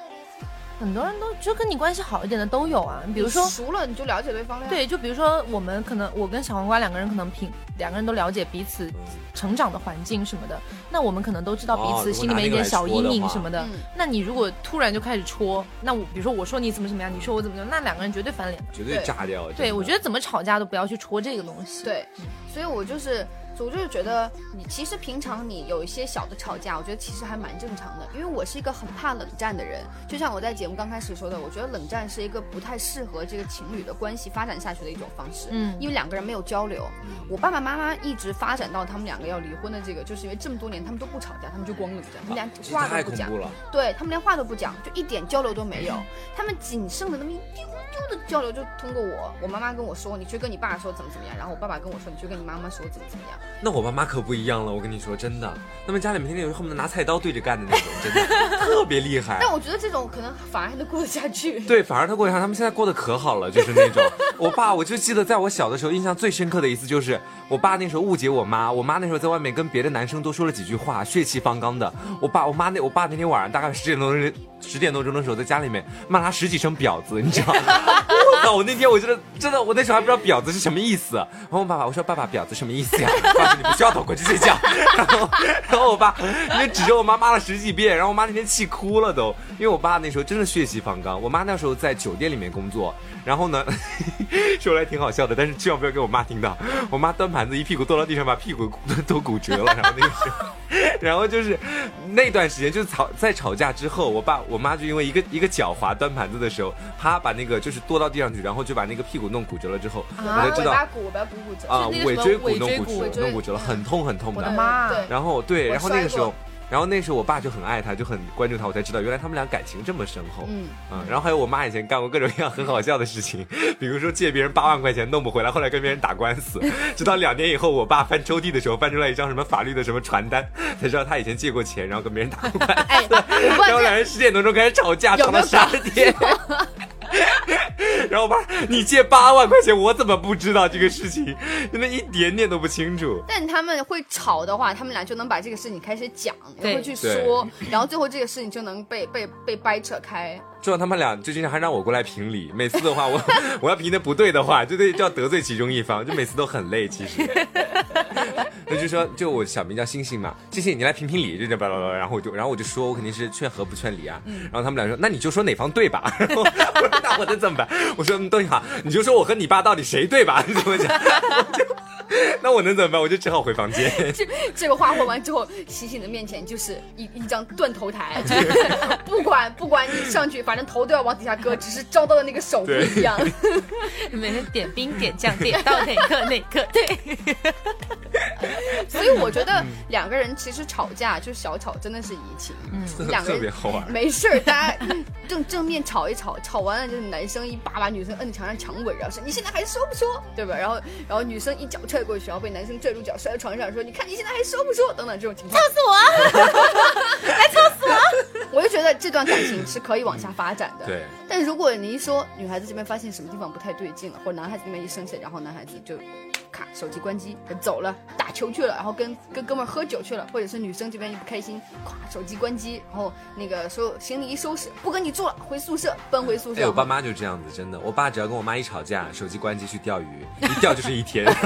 [SPEAKER 2] 很多人都就跟你关系好一点的都有啊，比如说
[SPEAKER 3] 你熟了你就了解对方了呀。，
[SPEAKER 2] 对，就比如说我们可能我跟小黄瓜两个人可能平两个人都了解彼此成长的环境什么的，那我们可能都知道
[SPEAKER 4] 嗯哦
[SPEAKER 2] 彼此
[SPEAKER 4] 如果
[SPEAKER 2] 心里
[SPEAKER 4] 拿
[SPEAKER 2] 面
[SPEAKER 4] 那
[SPEAKER 2] 一
[SPEAKER 4] 个
[SPEAKER 2] 点
[SPEAKER 4] 来
[SPEAKER 2] 小
[SPEAKER 4] 说的
[SPEAKER 2] 阴影
[SPEAKER 4] 话
[SPEAKER 2] 什么的。
[SPEAKER 3] 嗯
[SPEAKER 2] 那你如果突然就开始戳，那我比如说我说你怎么怎么样，你说我怎么怎么样，那两个人绝对翻脸的。
[SPEAKER 4] 绝对
[SPEAKER 3] 对
[SPEAKER 4] 炸掉。
[SPEAKER 2] 对，我觉
[SPEAKER 4] 得
[SPEAKER 2] 得怎么吵架都不要去戳这个东西。，
[SPEAKER 3] 对，
[SPEAKER 4] 嗯
[SPEAKER 3] 所以我就是，我就是觉得你其实平常你有一些小的吵架，我觉得其实还蛮正常的，因为我是一个很怕冷战的人，就像我在节目刚开始说的，我觉得冷战是一个不太适合这个情侣的关系发展下去的一种方式，
[SPEAKER 2] 嗯
[SPEAKER 3] 因为两个人没有交流。
[SPEAKER 4] 嗯
[SPEAKER 3] 我爸爸妈妈一直发展到他们两个要离婚的这个，就是因为这么多年他们都不吵架，他们就光冷战，他们
[SPEAKER 4] 啊
[SPEAKER 3] 连
[SPEAKER 4] 这
[SPEAKER 3] 话
[SPEAKER 4] 太
[SPEAKER 3] 都
[SPEAKER 4] 恐
[SPEAKER 3] 不讲
[SPEAKER 4] 怖，了。
[SPEAKER 3] 对他们连话都不讲，就一点交流都没有。
[SPEAKER 2] 嗯
[SPEAKER 3] 他们仅剩的那么一丢丢的交流，就通过我，我妈妈跟我说，你去跟你爸说怎么怎么样，然后我爸爸跟我说，你去跟你妈妈说怎么怎么样。
[SPEAKER 4] 那我爸妈可不一样了，我跟你说，真的，他们家里面天天有恨不得拿菜刀对着干的那种，真的特别厉
[SPEAKER 2] 哎
[SPEAKER 4] 害
[SPEAKER 3] 但。我觉得这种可能反而还能过得下去。
[SPEAKER 4] 对，反而他过得上，他们现在过得可好了，就是那种。我爸，我就记得在我小的时候，印象最深刻的一次就是，我爸那时候误解我妈，我妈那时候在外面跟别的男生多说了几句话，血气方刚的。我爸，我妈那，我爸那天晚上大概十点多钟，十点多钟的时候，在家里面骂他十几声婊子，你知道吗？ 我操！我那天我觉得真的，我那时候还不知道婊子是什么意思。然后我爸爸，我说爸爸，婊子什么意思呀？ 爸说你不需要懂，回去睡觉。 然后，然后我 爸就指着我妈骂了十几遍，然后我妈那天气哭了都，因为我爸那时候真的血气方刚。我妈那时候在酒店里面工作，然后呢， 说来挺好笑的，但是千万不要给我妈听到。我妈端盘子一屁股坐到地上，把屁股都骨 折了。然后那个时候， 然后就是那段时间，就是吵在吵架之后，我爸我妈就因为一个一个脚滑端盘子的时候，啪把那个就是跺到地上去，然后就把那个屁股弄骨折了之后，
[SPEAKER 3] 然
[SPEAKER 4] 我
[SPEAKER 3] 后
[SPEAKER 4] 就知
[SPEAKER 3] 尾
[SPEAKER 4] 道
[SPEAKER 3] 巴骨，尾巴骨骨折。
[SPEAKER 4] 啊
[SPEAKER 2] 是那个
[SPEAKER 4] 尾
[SPEAKER 2] 什么
[SPEAKER 4] 椎骨
[SPEAKER 2] 尾
[SPEAKER 4] 弄
[SPEAKER 2] 椎
[SPEAKER 4] 骨
[SPEAKER 2] 骨
[SPEAKER 4] 折，
[SPEAKER 3] 尾
[SPEAKER 4] 弄
[SPEAKER 3] 椎
[SPEAKER 4] 骨折了，很痛很痛
[SPEAKER 2] 我
[SPEAKER 4] 的
[SPEAKER 2] 的。妈！
[SPEAKER 3] 对
[SPEAKER 4] 然后对，
[SPEAKER 3] 我
[SPEAKER 4] 然后那个
[SPEAKER 3] 摔
[SPEAKER 4] 时
[SPEAKER 3] 过
[SPEAKER 4] 候，然后那时候我爸就很爱他，就很关注他，我才知道原来他们俩感情这么深厚。
[SPEAKER 3] 嗯
[SPEAKER 4] 嗯，然后还有我妈以前干过各种各样很好笑的事情， 比如说借别人八万块钱弄不回来，后来跟别人打官司， 直到两年以后，我爸翻抽屉的时候翻出来一张什么法律的什么传单，才知道他以前借过钱，然后跟别人打 过官
[SPEAKER 3] 哎
[SPEAKER 4] 司，然后两人十点多钟开始吵架，
[SPEAKER 3] 有
[SPEAKER 4] 吵
[SPEAKER 3] 没
[SPEAKER 4] 到
[SPEAKER 3] 有
[SPEAKER 4] 十二点。然后我爸，你借八万块钱，我怎么不知道这个事情？真的一点点都不清楚。
[SPEAKER 3] 但他们会吵的话，他们俩就能把这个事情开始讲，然
[SPEAKER 2] 对
[SPEAKER 3] 后去说，然后最后这个事情就能被被被掰扯开。
[SPEAKER 4] 之后他们俩最近还让我过来评理，每次的 话我我要评的不对的话，就得就要得罪其中一方，就每次都很累。其实， 那就说就我小名叫星星嘛，星星你来评评理，就这巴拉巴拉，然后我就然后我就说我肯定是劝和不劝离啊。
[SPEAKER 3] 嗯
[SPEAKER 4] 然后他们俩说那你就说哪方对吧？ 然后我说那我能怎么办？我说嗯，对哈，你就说我和你爸到底谁对吧？你 怎么讲？我就那我能怎么办？我就只好回房间。
[SPEAKER 3] 这 这个话说完之后，醒醒的面前就是一一张断头台， 不管不管你上去，反正头都要往底下搁，只是招到的那个手不一样。
[SPEAKER 2] 每天点兵点将，点到哪个哪个 对。
[SPEAKER 3] 所以我觉得两个人其实吵架就小吵，真的是怡情。嗯两个
[SPEAKER 4] 特
[SPEAKER 3] 人
[SPEAKER 4] 别好玩
[SPEAKER 3] 没事儿，大家正正面吵一吵，吵完了就是男生一把把女生摁墙上强吻，然后说你现在还说不说，对吧？然后然后女生一脚踹过去，然后被男生拽住脚摔到床上，说你看你现在还说不说等等这种情况，
[SPEAKER 1] 告诉我。
[SPEAKER 3] 我就觉得这段感情是可以往下发展的。
[SPEAKER 4] 对。
[SPEAKER 3] 但如果你一说女孩子这边发现什么地方不太对劲了，或者男孩子那边一生气，然后男孩子就咔手机关机走了，打球去了，然后跟跟哥们儿喝酒去了，或者是女生这边一不开心，咵手机关机，然后那个所有行李一收拾，不跟你住了，回宿舍，奔回宿舍。
[SPEAKER 4] 哎，我爸妈就这样子，真的。我爸只要跟我妈一吵架，手机关机去钓鱼，一钓就是一天。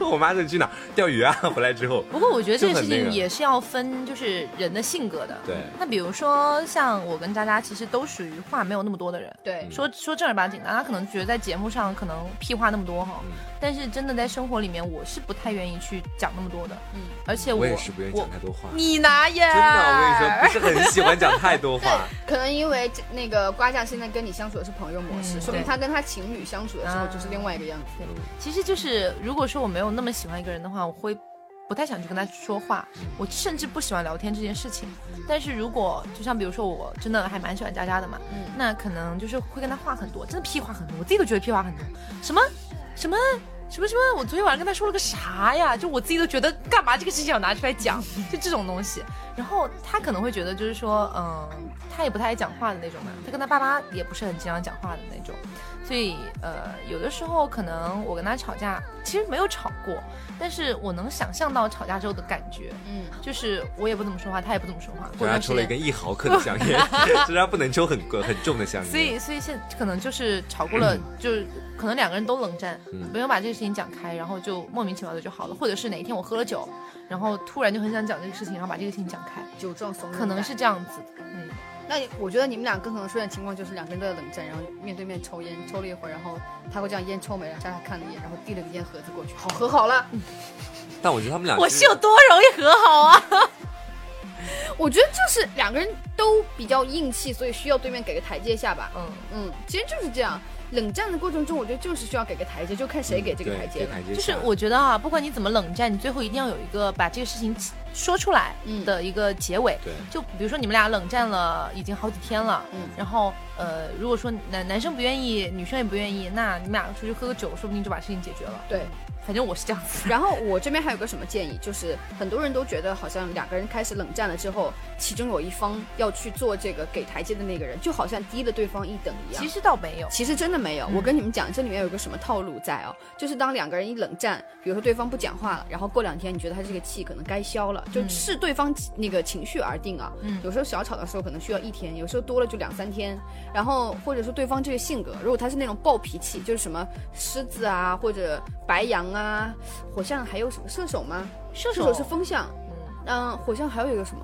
[SPEAKER 4] 我妈说你去哪儿钓鱼啊？回来之后，
[SPEAKER 2] 不过我觉得这
[SPEAKER 4] 就
[SPEAKER 2] 个
[SPEAKER 4] 很
[SPEAKER 2] 事
[SPEAKER 4] 那
[SPEAKER 2] 情
[SPEAKER 4] 个
[SPEAKER 2] 也是要分，就是人的性格的。
[SPEAKER 4] 对
[SPEAKER 2] 那比如说像我跟渣渣，其实都属于话没有那么多的人。
[SPEAKER 3] 嗯对，
[SPEAKER 4] 嗯
[SPEAKER 2] 说说正儿八经的，他可能觉得在节目上可能屁话那么多
[SPEAKER 4] 嗯
[SPEAKER 2] 哈，但是真的在生活里面，我是不太愿意去讲那么多的。嗯，而且我
[SPEAKER 4] 我也是不愿意
[SPEAKER 2] 我哎
[SPEAKER 4] 讲太多话。
[SPEAKER 2] 你拿耶！
[SPEAKER 4] 真的，我跟你说，不是很喜欢讲太多 话。
[SPEAKER 3] 可能因为这那个瓜酱现在跟你相处的是朋友模式，
[SPEAKER 2] 嗯
[SPEAKER 3] 说明
[SPEAKER 2] 对
[SPEAKER 3] 他跟他情侣相处的时候
[SPEAKER 2] 啊
[SPEAKER 3] 就是另外一个样子。
[SPEAKER 2] 其实就是，如果说我没有那么喜欢一个人的话，我会不太想去跟他说话，我甚至不喜欢聊天这件事情。但是如果就像比如说，我真的还蛮喜欢渣渣的嘛，
[SPEAKER 3] 嗯
[SPEAKER 2] 那可能就是会跟他话很多，真的屁话很多，我自己都觉得屁话很多，什么什么。什么什么？我昨天晚上跟他说了个啥呀？就我自己都觉得干嘛这个事情要拿出来讲，就这种东西。然后他可能会觉得就是说，嗯，他也不太爱讲话的那种嘛，他跟他爸妈也不是很经常讲话的那种。所以呃，有的时候可能我跟他吵架，其实没有吵过，但是我能想象到吵架之后的感觉，
[SPEAKER 3] 嗯，
[SPEAKER 4] 啊
[SPEAKER 2] 就是我也不怎么说话，他也不怎么说话，过
[SPEAKER 4] 我
[SPEAKER 2] 段
[SPEAKER 4] 家
[SPEAKER 2] 时
[SPEAKER 4] 抽了一
[SPEAKER 2] 间
[SPEAKER 4] 根一毫克的香烟， 虽然不能抽很贵很重的香烟。
[SPEAKER 2] 所以，所以现可能就是吵过 了，就是可能两个人都冷战，
[SPEAKER 4] 嗯
[SPEAKER 2] 没有把这个事情讲开，然后就莫名其妙的就好了，或者是哪一天我喝了酒，然后突然就很想讲这个事情，然后把这个事情讲开，
[SPEAKER 3] 酒壮怂人
[SPEAKER 2] 可能
[SPEAKER 3] 胆
[SPEAKER 2] 是这样子的。嗯，
[SPEAKER 4] 啊
[SPEAKER 3] 那我觉得你们俩更可能出现的情况就是两个人都在冷战，然后面对面抽烟，抽了一会儿，然后他会这样烟抽没了，渣渣看了一眼，然后递了个烟盒子过去，好和好了。
[SPEAKER 4] 但我觉得他们俩
[SPEAKER 2] 我
[SPEAKER 4] 就是
[SPEAKER 2] 有多容易和好啊？
[SPEAKER 3] 我觉得就是两个人都比较硬气，所以需要对面给个台阶下吧。
[SPEAKER 2] 嗯，
[SPEAKER 3] 嗯，其实就是这样。冷战的过程中，我觉得就是需要给个台阶，就看谁给这个
[SPEAKER 4] 对
[SPEAKER 3] 台阶
[SPEAKER 4] 给
[SPEAKER 3] 了
[SPEAKER 4] 台。阶
[SPEAKER 2] 就是
[SPEAKER 4] 下
[SPEAKER 2] 我觉得啊，不管你怎么冷战，你最后一定要有一个把这个事情说出来
[SPEAKER 3] 嗯
[SPEAKER 2] 的一个结尾。
[SPEAKER 4] 对
[SPEAKER 2] 就比如说你们俩冷战了已经好几天了，
[SPEAKER 3] 嗯
[SPEAKER 2] 然后呃，如果说男男生不愿意，女生也不愿意，那你们俩出去喝个酒，说不定就把事情解决了。
[SPEAKER 3] 对，
[SPEAKER 2] 反正我是这样 子。
[SPEAKER 3] 然后我这边还有个什么建议，就是很多人都觉得好像两个人开始冷战了之后，其中有一方要去做这个给台阶的那个人，就好像低了对方一等一样
[SPEAKER 2] 其。实倒没有，
[SPEAKER 3] 其实真的没有，
[SPEAKER 2] 嗯
[SPEAKER 3] 我跟你们讲，这里面有个什么套路在哦，就是当两个人一冷战，比如说对方不讲话了，然后过两天你觉得他这个气可能该消了，就视对方那个情绪而定啊。
[SPEAKER 2] 嗯
[SPEAKER 3] 有时候小吵的时候可能需要一天，有时候多了就两三天。然后或者说对方这个性格，如果他是那种暴脾气，就是什么狮子啊，或者白羊啊，火象还有什么射手吗？
[SPEAKER 2] 射
[SPEAKER 3] 射
[SPEAKER 2] 手
[SPEAKER 3] 手是风象，嗯，火象还有一个什么？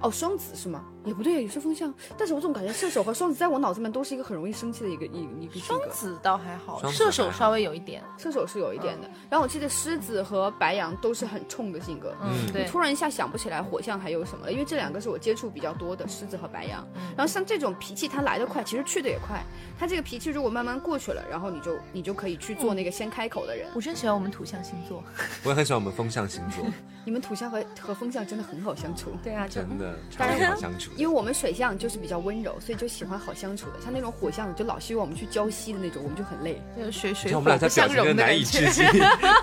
[SPEAKER 3] 哦，双子是吗？也不对，也是风象。但是我总感觉射手和双子在我脑子里面都是一个很容易生气的一个一一个性格
[SPEAKER 2] 双子倒还好，
[SPEAKER 4] 双子
[SPEAKER 2] 射手
[SPEAKER 4] 还好
[SPEAKER 2] 稍微有一点。
[SPEAKER 3] 射手是有一
[SPEAKER 2] 嗯
[SPEAKER 3] 点的。然后我记得狮子和白羊都是很冲的性格。
[SPEAKER 2] 嗯，
[SPEAKER 3] 我
[SPEAKER 2] 对。
[SPEAKER 3] 突然一下想不起来火象还有什么了，因为这两个是我接触比较多的，狮子和白羊。
[SPEAKER 2] 嗯
[SPEAKER 3] 然后像这种脾气，它来得快，其实去的也快。它这个脾气如果慢慢过去了，然后你就你就可以去做那个先开口的人。
[SPEAKER 2] 我真喜欢我们土象星座。
[SPEAKER 4] 我也很喜欢我们风象星座，
[SPEAKER 3] 你们土象和和风象真的很好相处。
[SPEAKER 2] 对啊，就
[SPEAKER 4] 真的的超级好相处的。
[SPEAKER 3] 因为我们水象就是比较温柔，所以就喜欢好相处的。像那种火象的，就老希望我们去礁溪的那种，我们就很累。
[SPEAKER 2] 就是水水
[SPEAKER 4] 像
[SPEAKER 2] 火
[SPEAKER 4] 我们俩
[SPEAKER 2] 不
[SPEAKER 4] 在表
[SPEAKER 2] 相
[SPEAKER 4] 情
[SPEAKER 2] 容
[SPEAKER 4] 真
[SPEAKER 2] 的
[SPEAKER 4] 的难
[SPEAKER 2] 感
[SPEAKER 4] 以
[SPEAKER 2] 觉。
[SPEAKER 4] 置信，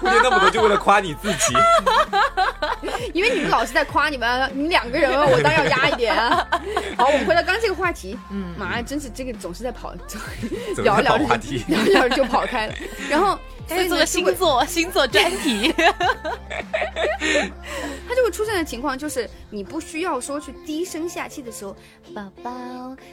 [SPEAKER 4] 忽略那么多就为了夸你自己。
[SPEAKER 3] 因为你们老是在夸你们，你们两个人，我当然要压一点 啊。好，我们回到刚刚这个话题，嗯，妈呀，真是这个总是在跑，
[SPEAKER 4] 在
[SPEAKER 3] 聊着聊
[SPEAKER 4] 跑
[SPEAKER 3] 着
[SPEAKER 4] 话题
[SPEAKER 3] 聊着聊着就跑开了。 然后，所
[SPEAKER 2] 所以
[SPEAKER 3] 以
[SPEAKER 2] 做
[SPEAKER 3] 呢
[SPEAKER 2] 个
[SPEAKER 3] 就
[SPEAKER 2] 星
[SPEAKER 3] 会
[SPEAKER 2] 座星座专题，
[SPEAKER 3] 它就会出现的情况就是，你不需要说去低声下气的时候，宝宝，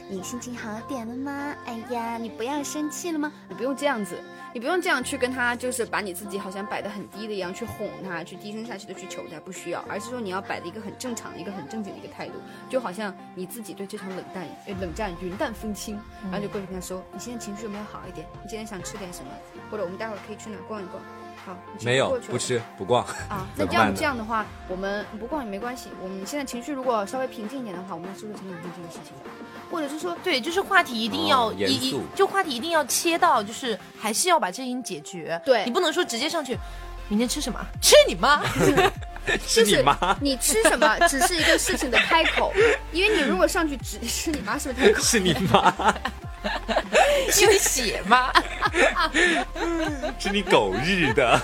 [SPEAKER 3] 你心情好点了吗？哎呀，你不要生气了吗？你不用这样子，你不用这样去跟他，就是把你自己好像摆得很低的一样去哄他，去低声下气的去求他，不需要，而是说你要摆的一个很正常的一个很正经的一个态度，就好像你自己对这场冷淡呃冷战云淡风轻，然后就过去跟他说，你现在情绪有没有好一点？你今天想吃点什么？或者我们待会儿可以去哪儿逛一逛？好，你情绪
[SPEAKER 4] 没
[SPEAKER 3] 过
[SPEAKER 4] 有，
[SPEAKER 3] 去了
[SPEAKER 4] 不吃不逛，
[SPEAKER 3] 啊，那
[SPEAKER 4] 怎么
[SPEAKER 3] 这样
[SPEAKER 4] 办呢
[SPEAKER 3] 这样的话，我们不逛也没关系。我们现在情绪如果稍微平静一点的话，我们来说说前两天这个事情，或者是说，
[SPEAKER 2] 对，就是话题一定要
[SPEAKER 4] 哦
[SPEAKER 2] 一
[SPEAKER 4] 严
[SPEAKER 2] 一
[SPEAKER 4] 肃
[SPEAKER 2] 就话题一定要切到，就是还是要把这事情解决。
[SPEAKER 3] 对
[SPEAKER 2] 你不能说直接上去，明天吃什么？吃你 妈！
[SPEAKER 4] 是
[SPEAKER 3] 就
[SPEAKER 4] 你
[SPEAKER 3] 是
[SPEAKER 4] 妈。
[SPEAKER 3] 你吃什么只是一个事情的开口，因为你如果上去只是你妈是不是太口？
[SPEAKER 4] 是你妈，
[SPEAKER 2] 是你血吗？
[SPEAKER 4] 是你狗日的，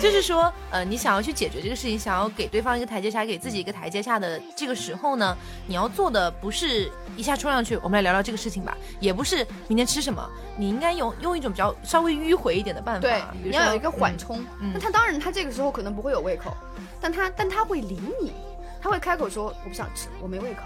[SPEAKER 2] 就是说，呃，你想要去解决这个事情，想要给对方一个台阶下，给自己一个台阶下的这个时候呢，你要做的不是一下冲上去，我们来聊聊这个事情吧，也不是明天吃什么，你应该用用一种比较稍微迂回一点的办法，
[SPEAKER 3] 对，
[SPEAKER 2] 比
[SPEAKER 3] 你
[SPEAKER 2] 如
[SPEAKER 3] 要有
[SPEAKER 2] 说
[SPEAKER 3] 一个缓冲。
[SPEAKER 2] 嗯
[SPEAKER 3] 那他当然他这个时候可能不会有胃口，但他但他会理你，他会开口说我不想吃，我没胃口。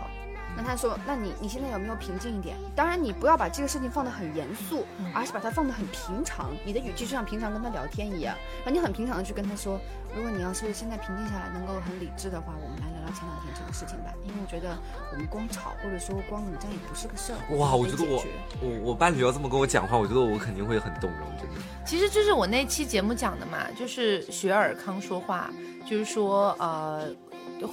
[SPEAKER 3] 那他说，那你你现在有没有平静一点？当然，你不要把这个事情放得很严肃，而是把它放得很平常。你的语气就像平常跟他聊天一样，然后你很平常的去跟他说，如果你要是现在平静下来，能够很理智的话，我们来聊聊前两天这个事情吧。因为我觉得我们光吵或者说光冷战也不是个事儿。
[SPEAKER 4] 哇！我
[SPEAKER 3] 得
[SPEAKER 4] 觉得
[SPEAKER 3] 解
[SPEAKER 4] 我
[SPEAKER 3] 决
[SPEAKER 4] 我我伴侣要这么跟我讲话，我觉得我肯定会很动容，真的。
[SPEAKER 2] 其实就是我那期节目讲的嘛，就是学尔康说话，就是说呃。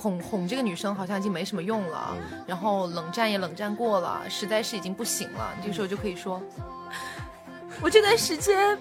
[SPEAKER 2] 哄哄这个女生好像已经没什么用了，然后冷战也冷战过了，实在是已经不行了。你这个时候就可以说，我这段时间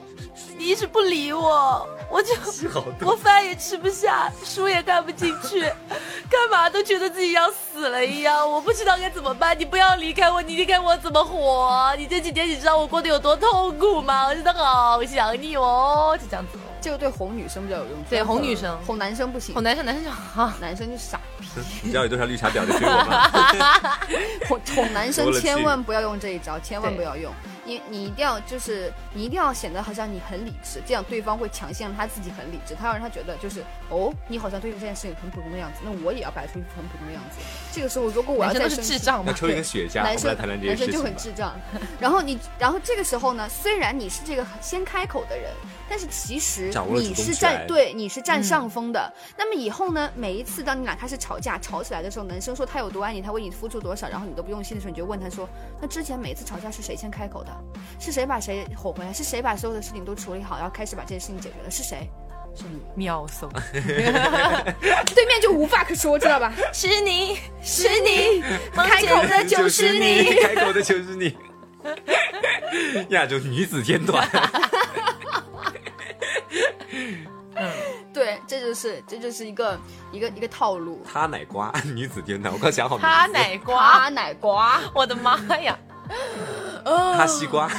[SPEAKER 2] 你一直不理我，我就
[SPEAKER 4] 嗯
[SPEAKER 2] 我饭也吃不下，书也看不进去，干嘛都觉得自己要死了一样。我不知道该怎么办，你不要离开我，你离开我怎么活？你这几天你知道我过得有多痛苦吗？我真的好想你哦，就这样子。
[SPEAKER 3] 这个对哄女生比较有用，
[SPEAKER 2] 对哄女生
[SPEAKER 3] 哄男生不行
[SPEAKER 2] 好，男生，男生就啊，
[SPEAKER 3] 男生就傻逼，
[SPEAKER 4] 你知道有多少绿茶婊在追我吗？
[SPEAKER 3] 哄哄男生
[SPEAKER 4] 多了去
[SPEAKER 3] 千万不要用这一招，千万不要用。你你一定要就是你一定要显得好像你很理智，这样对方会强行让他自己很理智，他要让他觉得就是哦，你好像对这件事情很普通的样子，那我也要摆出一副很普通的样子。这个时候如果我要
[SPEAKER 2] 男生
[SPEAKER 3] 再
[SPEAKER 2] 都是
[SPEAKER 3] 生
[SPEAKER 2] 智
[SPEAKER 3] 气，
[SPEAKER 2] 障
[SPEAKER 4] 要
[SPEAKER 2] 嘛。
[SPEAKER 4] 抽一根雪茄，
[SPEAKER 3] 男
[SPEAKER 4] 我们来
[SPEAKER 3] 生
[SPEAKER 4] 谈谈这
[SPEAKER 3] 男
[SPEAKER 4] 件事
[SPEAKER 3] 生就
[SPEAKER 4] 情吧
[SPEAKER 3] 很。智障。然后你，然后这个时候呢，虽然你是这个先开口的人，但是其实
[SPEAKER 4] 掌握了主
[SPEAKER 3] 你
[SPEAKER 4] 动
[SPEAKER 3] 是
[SPEAKER 4] 权
[SPEAKER 3] 占对你是
[SPEAKER 2] 嗯
[SPEAKER 3] 占上风的。那么以后呢，每一次当你俩开始吵架吵起来的时候，男生说他有多爱你，他为你付出多少，然后你都不用心的时候，你就问他说，那之前每一次吵架是谁先开口的？是谁把谁哄回来？是谁把所有的事情都处理好，然后开始把这件事情解决了？是谁？是你，
[SPEAKER 2] 秒怂，
[SPEAKER 3] 对面就无话可说，知道吧？
[SPEAKER 2] 是你是你，开
[SPEAKER 3] 口的
[SPEAKER 2] 就你。
[SPEAKER 4] 开口的就是 你。 亚洲女子天团，
[SPEAKER 3] 对，这就是这就是一个一个一个套路。
[SPEAKER 4] 哈奶瓜女子天团，我刚想好名字
[SPEAKER 2] 哈，奶瓜，
[SPEAKER 3] 瓜奶瓜，
[SPEAKER 2] 我的妈呀！
[SPEAKER 4] 哈西瓜，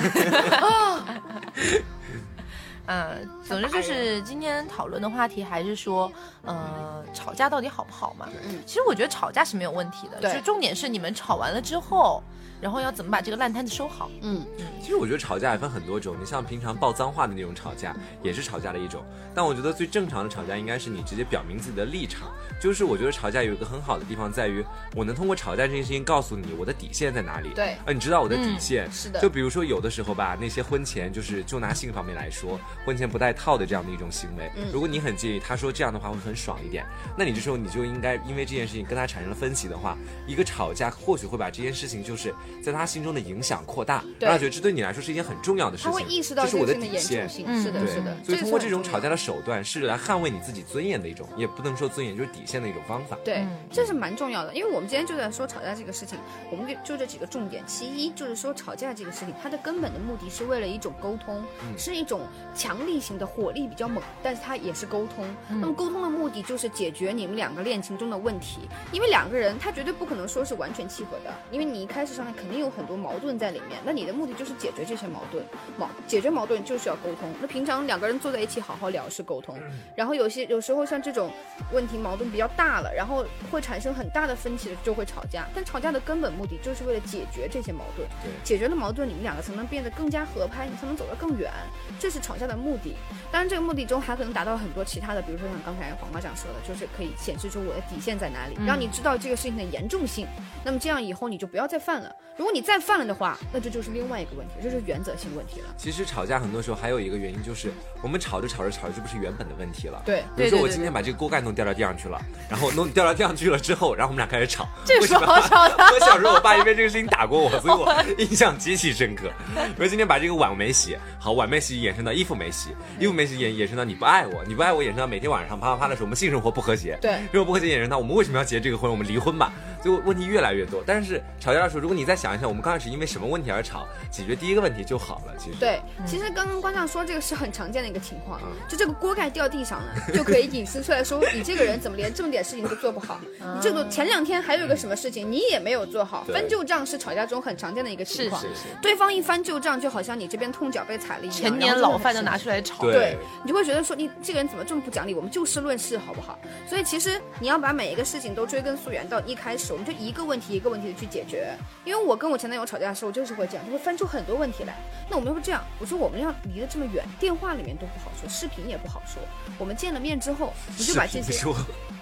[SPEAKER 2] 嗯，总之就是今天讨论的话题还是说，呃，吵架到底好不好嘛？
[SPEAKER 3] 嗯
[SPEAKER 2] 其实我觉得吵架是没有问题的，
[SPEAKER 3] 对
[SPEAKER 2] 就重点是你们吵完了之后，然后要怎么把这个烂摊子收好。
[SPEAKER 3] 嗯。
[SPEAKER 4] 其实我觉得吵架也分很多种，你像平常爆脏话的那种吵架也是吵架的一种，但我觉得最正常的吵架应该是你直接表明自己的立场。就是我觉得吵架有一个很好的地方在于，我能通过吵架这件事情告诉你我的底线在哪里。
[SPEAKER 3] 对嗯
[SPEAKER 4] 呃，你知道我的底线。
[SPEAKER 3] 是的
[SPEAKER 4] 就比如说有的时候吧，那些婚前就是就拿性方面来说，婚前不带套的这样的一种行为，
[SPEAKER 3] 嗯
[SPEAKER 4] 如果你很介意，他说这样的话会很爽一点，那你这时候你就应该因为这件事情跟他产生了分歧的话，一个吵架或许会把这件事情就是在他心中的影响扩大，
[SPEAKER 3] 对
[SPEAKER 4] 让他觉得这对你来说是一件很重要的事
[SPEAKER 3] 他会
[SPEAKER 4] 情，
[SPEAKER 3] 意识到
[SPEAKER 4] 这是
[SPEAKER 3] 这
[SPEAKER 4] 我
[SPEAKER 3] 个
[SPEAKER 4] 的
[SPEAKER 3] 事情的
[SPEAKER 4] 底
[SPEAKER 3] 严重
[SPEAKER 4] 线。
[SPEAKER 3] 性。
[SPEAKER 2] 嗯
[SPEAKER 3] 是的，
[SPEAKER 4] 对，
[SPEAKER 3] 是的，
[SPEAKER 4] 所以
[SPEAKER 3] 个
[SPEAKER 4] 通
[SPEAKER 3] 是
[SPEAKER 4] 过
[SPEAKER 3] 很
[SPEAKER 4] 这种吵
[SPEAKER 3] 重
[SPEAKER 4] 架
[SPEAKER 3] 要
[SPEAKER 4] 的手段是来捍卫你自己尊严的一种，也不能说尊严，就是底线的一种方法。
[SPEAKER 3] 对
[SPEAKER 2] 嗯，
[SPEAKER 3] 这是蛮重要的，因为我们今天就在说吵架这个事情，我们就就这几个
[SPEAKER 4] 嗯
[SPEAKER 3] 重点。其一就是说吵架这个事情，它的根本的目的是为了一种沟通，是一种强力型的，火力比较猛，但是它也是沟通。
[SPEAKER 2] 嗯
[SPEAKER 3] 那么沟通的目的就是解决你们两个恋情中的问题，因为两个人他绝对不可能说是完全契合的，因为你一开始上来肯定有很多矛盾在里面。那你的目的就是解决这些矛盾，矛解决矛盾就是要沟通。那平常两个人坐在一起好好聊是沟通，然后有些有时候像这种问题矛盾比较大了，然后会产生很大的分歧的就会吵架。但吵架的根本目的就是为了解决这些矛盾，
[SPEAKER 4] 对
[SPEAKER 3] 解决了矛盾，你们两个才能变得更加合拍，你才能走得更远，这是吵架的目的。当然，这个目的中还可能达到很多其他的，比如说像刚才黄瓜酱说的，就是可以显示出我的底线在哪里，让你知道这个事情的严重性。那么这样以后你就不要再犯了。如果你再犯了的话，那这就是另外一个问题，这就是原则性问题了。
[SPEAKER 4] 其实吵架很多时候还有一个原因，就是我们吵着吵着吵着就不是原本的问题了。
[SPEAKER 3] 对
[SPEAKER 4] 比
[SPEAKER 2] 对
[SPEAKER 4] 如说
[SPEAKER 2] 对
[SPEAKER 4] 我
[SPEAKER 2] 对
[SPEAKER 4] 今天把这个锅盖弄掉到地上去了，然后弄掉到地上去了之后，然后我们俩开始吵。
[SPEAKER 2] 这有
[SPEAKER 4] 为
[SPEAKER 2] 什
[SPEAKER 4] 什
[SPEAKER 2] 么
[SPEAKER 4] 么
[SPEAKER 2] 好吵的？
[SPEAKER 4] 我小时候我爸因为这个事情打过我，所以我印象极其深刻。比如今天把这个碗没洗，好碗没洗，衍生到衣服没洗，衣服没洗衍衍生到你不爱我，你不爱我衍生到每天晚上啪啪啪的时候，我们性生活不和谐。
[SPEAKER 3] 对
[SPEAKER 4] 如果不和谐衍生到我们为什么要结这个婚，我们离婚吧。所以问题越来越多。但是吵架的时候，如果你再想一想，我们刚开始因为什么问题而吵，解决第一个问题就好了。其实
[SPEAKER 3] 对，其实刚刚关上说这个是很常见的一个情况啊
[SPEAKER 4] 嗯，
[SPEAKER 3] 就这个锅盖掉地上了，就可以引申出来说你这个人怎么连这么点事情都做不好？你这个前两天还有一个什么事情你也没有做好，
[SPEAKER 4] 对
[SPEAKER 3] 翻旧账是吵架中很常见的一个情况
[SPEAKER 4] 是。是，
[SPEAKER 3] 对方一翻旧账，就好像你这边痛脚被踩了一样，
[SPEAKER 2] 陈年
[SPEAKER 3] 然后
[SPEAKER 2] 老饭
[SPEAKER 3] 就
[SPEAKER 2] 都
[SPEAKER 3] 很
[SPEAKER 2] 拿
[SPEAKER 3] 生
[SPEAKER 2] 出来吵，
[SPEAKER 4] 对
[SPEAKER 3] 对你就会觉得说你这个人怎么这么不讲理？我们就事论事好不好？所以其实你要把每一个事情都追根溯源到一开始，我们就一个问题一个问题的去解决。因为我跟我前男友吵架的时候，我就是会这样，就会翻出很多问题来。那我们要不这样，我说我们要离得这么远，电话里面都不好说，视频也不好说。我们见了面之后，你就把这
[SPEAKER 4] 是
[SPEAKER 3] 些
[SPEAKER 4] 说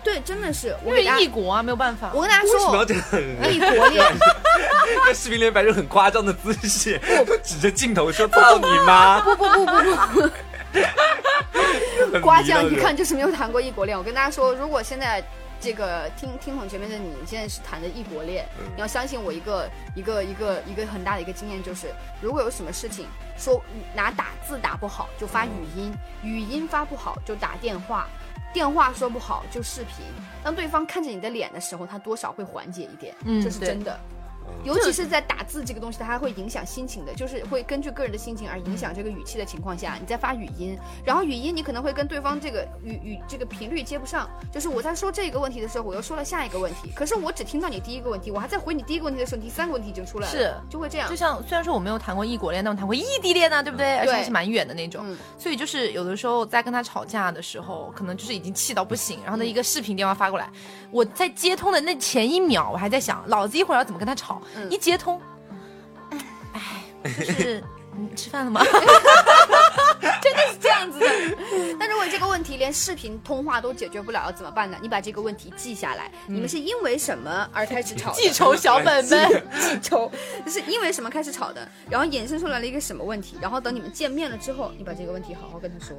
[SPEAKER 3] 对，真的是我
[SPEAKER 2] 因
[SPEAKER 3] 给
[SPEAKER 2] 为
[SPEAKER 3] 大
[SPEAKER 2] 异
[SPEAKER 3] 家，
[SPEAKER 2] 国啊，没有办法
[SPEAKER 3] 我。跟大家
[SPEAKER 4] 为什么
[SPEAKER 3] 说，
[SPEAKER 4] 要这样？
[SPEAKER 3] 异国恋。
[SPEAKER 4] 这视频里面摆出很夸张的姿势， 指着镜头说：“操你妈！”不不 不不不，
[SPEAKER 3] 瓜酱一看就是没有谈过异国恋。我跟大家说，如果现在这个听听筒前面的你现在是谈的异国恋，你要相信我一个一个一个一个很大的一个经验就是，如果有什么事情说拿打字打不好就发语音，语音发不好就打电话。电话说不好就视频，当对方看着你的脸的时候，他多少会缓解一点，
[SPEAKER 2] 嗯
[SPEAKER 3] 这是
[SPEAKER 2] 对
[SPEAKER 3] 真的。尤其是在打字这个东西，它还会影响心情的，就是会根据个人的心情而影响这个语气的情况下，你再发语音，然后语音你可能会跟对方这个语语这个频率接不上，就是我在说这个问题的时候，我又说了下一个问题，可是我只听到你第一个问题，我还在回你第一个问题的时候，你第三个问题已经出来了，
[SPEAKER 2] 是
[SPEAKER 3] 就会这样
[SPEAKER 2] 就，像虽然说我没有谈过异国恋，但我谈过异地恋啊，对不对？而且还是蛮远的那种
[SPEAKER 3] 嗯。
[SPEAKER 2] 所以就是有的时候在跟他吵架的时候，可能就是已经气到不行，然后他一个视频电话发过来，我在接通的那前一秒，我还在想，老子一会儿要怎么跟他吵。
[SPEAKER 3] 嗯
[SPEAKER 2] 一接通，哎，就是。你吃饭了 吗？
[SPEAKER 3] 是这样子 的。那如果这个问题连视频通话都解决不了，要怎么办呢？你把这个问题记下来，你们是因为什么而开始吵的？
[SPEAKER 2] 记仇小本本，
[SPEAKER 3] 记仇， 就是因为什么开始吵的，然后衍生出来了一个什么问题，然后等你们见面了之后，你把这个问题好好跟他说，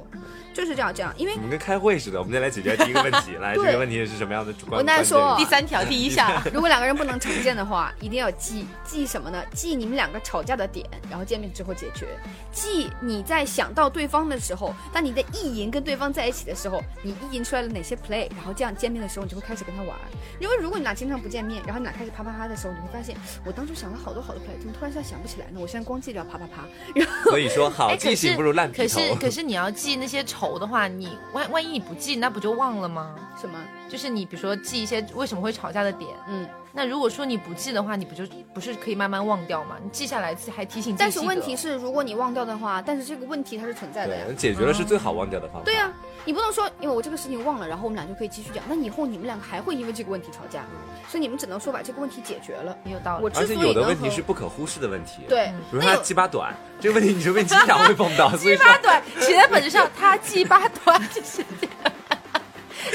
[SPEAKER 3] 就是这样这样，因为
[SPEAKER 4] 我。们跟开会似的，我们再来解决第一个问题。来，这
[SPEAKER 3] 对
[SPEAKER 4] 个问题是什么样的主观？
[SPEAKER 3] 我跟大家说
[SPEAKER 4] 关
[SPEAKER 3] 啊
[SPEAKER 4] 键
[SPEAKER 2] 第三条第一下，
[SPEAKER 3] 如果两个人不能成见的话，一定要记记什么呢？记你们两个吵架的点，然后见面之后解决。记你在想到对方的时候，当你的意淫跟对方在一起的时候，你意淫出来了哪些 play，然后这样见面的时候，你就会开始跟他玩。因为如果你俩经常不见面，然后你俩开始啪啪啪的时候，你会发现我当初想了好多好多 play，怎么突然一下想不起来呢？我现在光记得要啪啪啪，然后
[SPEAKER 4] 所以说好
[SPEAKER 2] 哎，可
[SPEAKER 4] 记
[SPEAKER 2] 是
[SPEAKER 4] 性不如烂
[SPEAKER 2] 可
[SPEAKER 4] 皮头。
[SPEAKER 2] 是可是你要记那些仇的话，你万万一你不记，那不就忘了吗？
[SPEAKER 3] 什么？
[SPEAKER 2] 就是你比如说记一些为什么会吵架的点，
[SPEAKER 3] 嗯，
[SPEAKER 2] 那如果说你不记的话，你不就不是可以慢慢忘掉吗？你记下来还提醒自己。
[SPEAKER 3] 但是问题，是，如果你忘掉的话，但是这个问题它是存在的呀。
[SPEAKER 4] 对，解决了是最好忘掉的方法。
[SPEAKER 3] 对呀、你不能说因为我这个事情忘了，然后我们俩就可以继续讲。那以后你们两个还会因为这个问题吵架，所以你们只能说把这个问题解决了。
[SPEAKER 2] 也有道
[SPEAKER 3] 我
[SPEAKER 2] 理。
[SPEAKER 3] 之
[SPEAKER 4] 而
[SPEAKER 3] 所
[SPEAKER 4] 且
[SPEAKER 3] 以
[SPEAKER 4] 有的
[SPEAKER 3] 能
[SPEAKER 4] 问题
[SPEAKER 3] 和
[SPEAKER 4] 是不可忽视的问题。，
[SPEAKER 3] 对，
[SPEAKER 4] 比如
[SPEAKER 3] 那
[SPEAKER 4] 说他
[SPEAKER 3] 有
[SPEAKER 4] 鸡巴短这个问题，你说问经常会碰到，所以说
[SPEAKER 2] 八短写在本子上，他鸡巴短，就是这样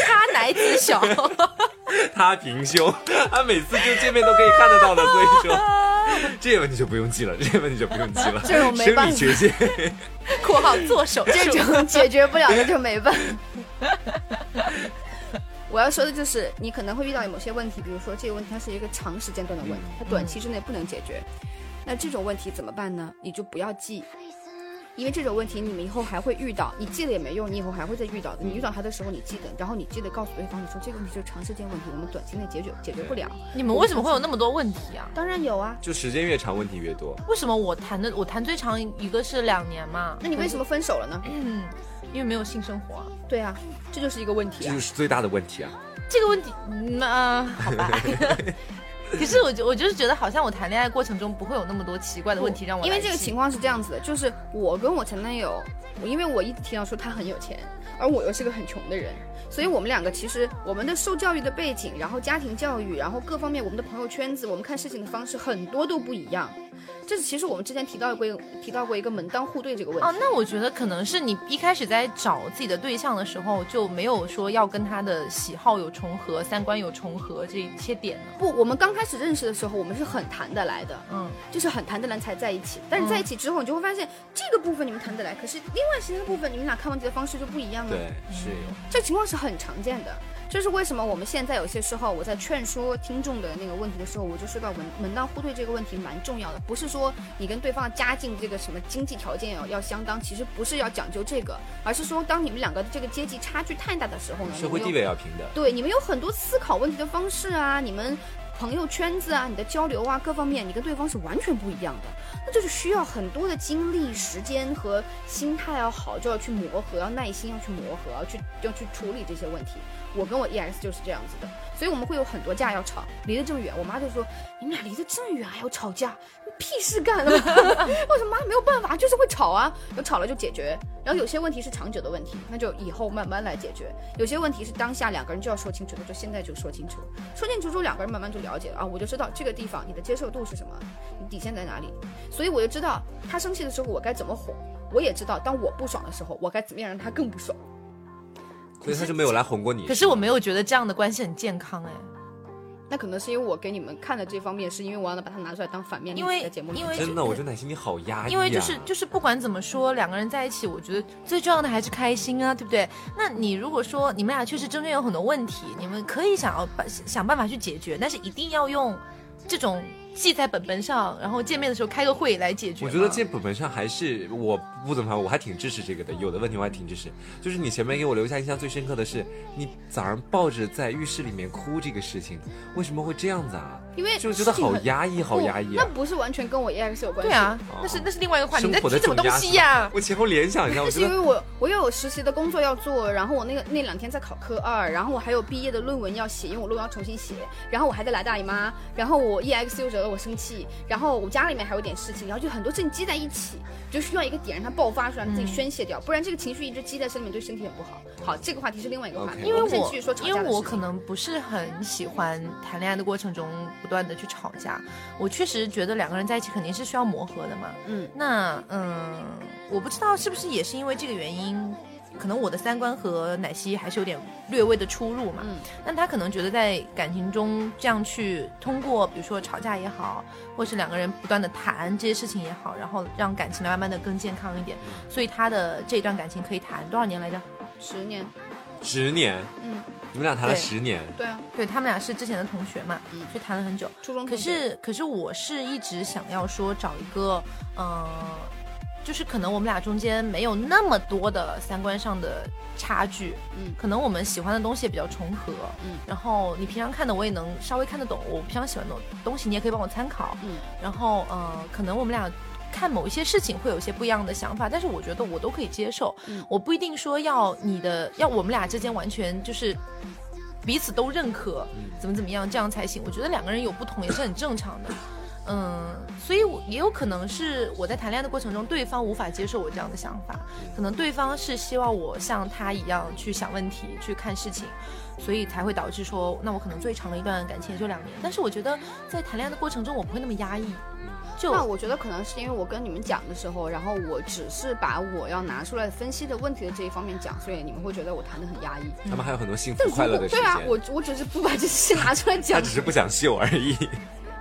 [SPEAKER 2] 他奶子 小，
[SPEAKER 4] 他平胸， 他每次就见面都可以看 得到的，所以说。这些问题就不用记了，这些问题就不用记 了。
[SPEAKER 3] 这种没办法
[SPEAKER 4] 生理缺陷，
[SPEAKER 2] （括 号做手术
[SPEAKER 3] 这种解决不了的就没办法。我要说的就是，你可能会遇到某些问题，比如说这个问题它是一个长时间段的问题，它短期之内不能解决。那这种问题怎么办呢？你就不要记，因为这种问题你们以后还会遇到，你记了也没用，你以后还会再遇到的。你遇到它的时候，你记得，然后你记得告诉对方，你说这个问题是长时间问题，我们短期内解决解决不了。
[SPEAKER 2] 你们为什么会有那么多问题啊？
[SPEAKER 3] 当然有啊，
[SPEAKER 4] 就时间越长问题越多。
[SPEAKER 2] 为什么我谈的我谈最长一个是两年嘛？
[SPEAKER 3] 那你为什么分手了呢？
[SPEAKER 2] 因为没有性生活啊。
[SPEAKER 3] 对啊，这就是一个问题
[SPEAKER 4] 这
[SPEAKER 3] 啊
[SPEAKER 4] 就。是最大的问题啊！
[SPEAKER 2] 这个问题，嗯，呃、好吧。 可是我就我就是觉得，好像我谈恋爱过程中不会有那么多奇怪的问题让我
[SPEAKER 3] 因为
[SPEAKER 2] 来
[SPEAKER 3] 这个
[SPEAKER 2] 气
[SPEAKER 3] 情况是这样子的，就是我跟我前男友，我因为我一直提到说他很有钱，而我又是个很穷的人，所以我们两个其实我们的受教育的背景，然后家庭教育，然后各方面我们的朋友圈子，我们看事情的方式很多都不一样。这是其实我们之前提到过一个提到过一个门当户对这个问
[SPEAKER 2] 哦
[SPEAKER 3] 题。，
[SPEAKER 2] 那我觉得可能是你一开始在找自己的对象的时候，就没有说要跟他的喜好有重合、三观有重合这一些点呢。
[SPEAKER 3] 不，我们刚开始认识的时候，我们是很谈得来的，
[SPEAKER 2] 嗯，
[SPEAKER 3] 就是很谈得来才在一起。但是在一起之后，你就会发现这个部分你们谈得来，可是另外其他部分你们俩看问题的方式就不一样
[SPEAKER 2] 嗯
[SPEAKER 3] 了。
[SPEAKER 4] 对，是有
[SPEAKER 3] 这情况是很常见的。这是为什么我们现在有些时候，我在劝说听众的那个问题的时候，我就说到门门当户对这个问题蛮重要的，不是说你跟对方的家境这个什么经济条件要要相当，其实不是要讲究这个，而是说当你们两个的这个阶级差距太大的时候
[SPEAKER 2] 嗯
[SPEAKER 3] 呢，
[SPEAKER 4] 社会
[SPEAKER 3] 你们
[SPEAKER 4] 地
[SPEAKER 3] 有
[SPEAKER 4] 位要平等。
[SPEAKER 3] 对你们有很多思考问题的方式啊，你们朋友圈子啊，你的交流啊，各方面你跟对方是完全不一样的，那就是需要很多的精力、时间和心态要好，就要去磨合，要耐心，要去磨合，要去要去处理这些问题。我跟我 EX 就是这样子的，所以我们会有很多架要吵，离得这么远，我妈就说你们俩离得这么远还要吵架，你屁事干啊了 吧？我说妈没有办法，就是会吵啊，有吵了就解决。然后有些问题是长久的问题，那就以后慢慢来解决；有些问题是当下两个人就要说清楚的，就现在就说清楚。说清楚之后，两个人慢慢就了解了啊，我就知道这个地方你的接受度是什么，你底线在哪里，所以我就知道他生气的时候我该怎么哄，我也知道当我不爽的时候我该怎么样让他更不爽。
[SPEAKER 4] 所以他就没有来哄过你。
[SPEAKER 2] 可是我没有觉得这样的关系很健康哎，
[SPEAKER 3] 那可能是因为我给你们看的这方面，是因为我要把它拿出来当反面例
[SPEAKER 2] 因
[SPEAKER 3] 子
[SPEAKER 2] 为
[SPEAKER 3] 在节目里
[SPEAKER 2] 因
[SPEAKER 3] 面
[SPEAKER 2] 为
[SPEAKER 3] 讲
[SPEAKER 4] 真的，我真的心里好压抑、啊。
[SPEAKER 2] 因为就是就是不管怎么说，两个人在一起，我觉得最重要的还是开心啊，对不对？那你如果说你们俩确实中间有很多问题，你们可以想要把想办法去解决，但是一定要用这种记在本本上，然后见面的时候开个会来解决嘛。
[SPEAKER 4] 我觉得这本本上还是我不怎么，我还挺支持这个的。有的问题我还挺支持，就是你前面给我留下印象最深刻的是，你早上抱着在浴室里面哭这个事情，为什么会这样子啊？
[SPEAKER 3] 因为
[SPEAKER 4] 就觉得好压抑，好
[SPEAKER 3] 不
[SPEAKER 4] 压抑
[SPEAKER 3] 那
[SPEAKER 4] 啊！
[SPEAKER 3] 不是完全跟我 EX 有关系
[SPEAKER 2] 对啊
[SPEAKER 4] 哦，
[SPEAKER 2] 那是那是另外一个话题，
[SPEAKER 4] 生
[SPEAKER 2] 你在
[SPEAKER 4] 活的
[SPEAKER 2] 提什么
[SPEAKER 4] 重
[SPEAKER 2] 东
[SPEAKER 4] 压
[SPEAKER 2] 西
[SPEAKER 4] 是吧
[SPEAKER 2] 呀、
[SPEAKER 4] 我前后联想一下，我
[SPEAKER 3] 那是
[SPEAKER 4] 觉
[SPEAKER 3] 因为
[SPEAKER 4] 得
[SPEAKER 3] 我我又有实习的工作要做，然后我那个那两天在考科二，然后我还有毕业的论文要写，因为我论文要重新写，然后我还在来大姨妈，然后我 EX 又惹得我生气，然后我家里面还有点事情，然后就很多事情积在一起，就需要一个点让它爆发出来，
[SPEAKER 4] 嗯
[SPEAKER 3] 让自己宣泄掉，不然这个情绪一直积在身里面对身体也不好。好，这个话题是另外一个话题
[SPEAKER 4] OK
[SPEAKER 2] 因为
[SPEAKER 3] 们先
[SPEAKER 2] 我
[SPEAKER 3] 继续说吵架
[SPEAKER 2] 因
[SPEAKER 3] 的
[SPEAKER 2] 为我
[SPEAKER 3] 事情
[SPEAKER 2] 可能不是很喜欢谈恋爱的过程中不断的去吵架，我确实觉得两个人在一起肯定是需要磨合的嘛。
[SPEAKER 3] 嗯，
[SPEAKER 2] 那嗯，我不知道是不是也是因为这个原因，可能我的三观和奶昔还是有点略微的出入嘛。
[SPEAKER 3] 嗯，
[SPEAKER 2] 但他可能觉得在感情中这样去通过，比如说吵架也好，或是两个人不断的谈这些事情也好，然后让感情慢慢的更健康一点。
[SPEAKER 3] 嗯
[SPEAKER 2] 所以他的这段感情可以谈多少年来着？
[SPEAKER 3] 十年，
[SPEAKER 4] 十年，
[SPEAKER 3] 嗯，
[SPEAKER 4] 你们俩谈了
[SPEAKER 2] 对
[SPEAKER 4] 十年，
[SPEAKER 3] 对啊，
[SPEAKER 2] 对他们俩是之前的同学嘛，
[SPEAKER 3] 嗯
[SPEAKER 2] 所以谈了很久。
[SPEAKER 3] 初中
[SPEAKER 2] 可
[SPEAKER 3] 同学
[SPEAKER 2] 是，可是我是一直想要说找一个，嗯、就是可能我们俩中间没有那么多的三观上的差距，
[SPEAKER 3] 嗯
[SPEAKER 2] 可能我们喜欢的东西也比较重合，
[SPEAKER 3] 嗯
[SPEAKER 2] 然后你平常看的我也能稍微看得懂，我平常喜欢的东西你也可以帮我参考，
[SPEAKER 3] 嗯
[SPEAKER 2] 然后呃，可能我们俩看某一些事情会有一些不一样的想法，但是我觉得我都可以接受，
[SPEAKER 3] 嗯
[SPEAKER 2] 我不一定说要你的，要我们俩之间完全就是彼此都认
[SPEAKER 3] 嗯
[SPEAKER 2] 可，
[SPEAKER 4] 嗯
[SPEAKER 2] 怎么怎么样这样才行。我觉得两个人有不同也是很正常的。嗯，所以我也有可能是我在谈恋爱的过程中，对方无法接受我这样的想法，可能对方是希望我像他一样去想问题、去看事情，所以才会导致说，那我可能最长的一段感情也就两年。但是我觉得在谈恋爱的过程中，我不会那么压抑，就
[SPEAKER 3] 那我觉得可能是因为我跟你们讲的时候，然后我只是把我要拿出来分析的问题的这一方面讲，所以你们会觉得我谈的很压抑。
[SPEAKER 4] 他们还有很多幸
[SPEAKER 3] 但
[SPEAKER 4] 福
[SPEAKER 3] 如
[SPEAKER 4] 快乐
[SPEAKER 3] 果
[SPEAKER 4] 的时
[SPEAKER 3] 对
[SPEAKER 4] 间。
[SPEAKER 3] 啊，我我只是不把这事拿出来
[SPEAKER 4] 他
[SPEAKER 3] 讲
[SPEAKER 4] 只，是不想秀而 已。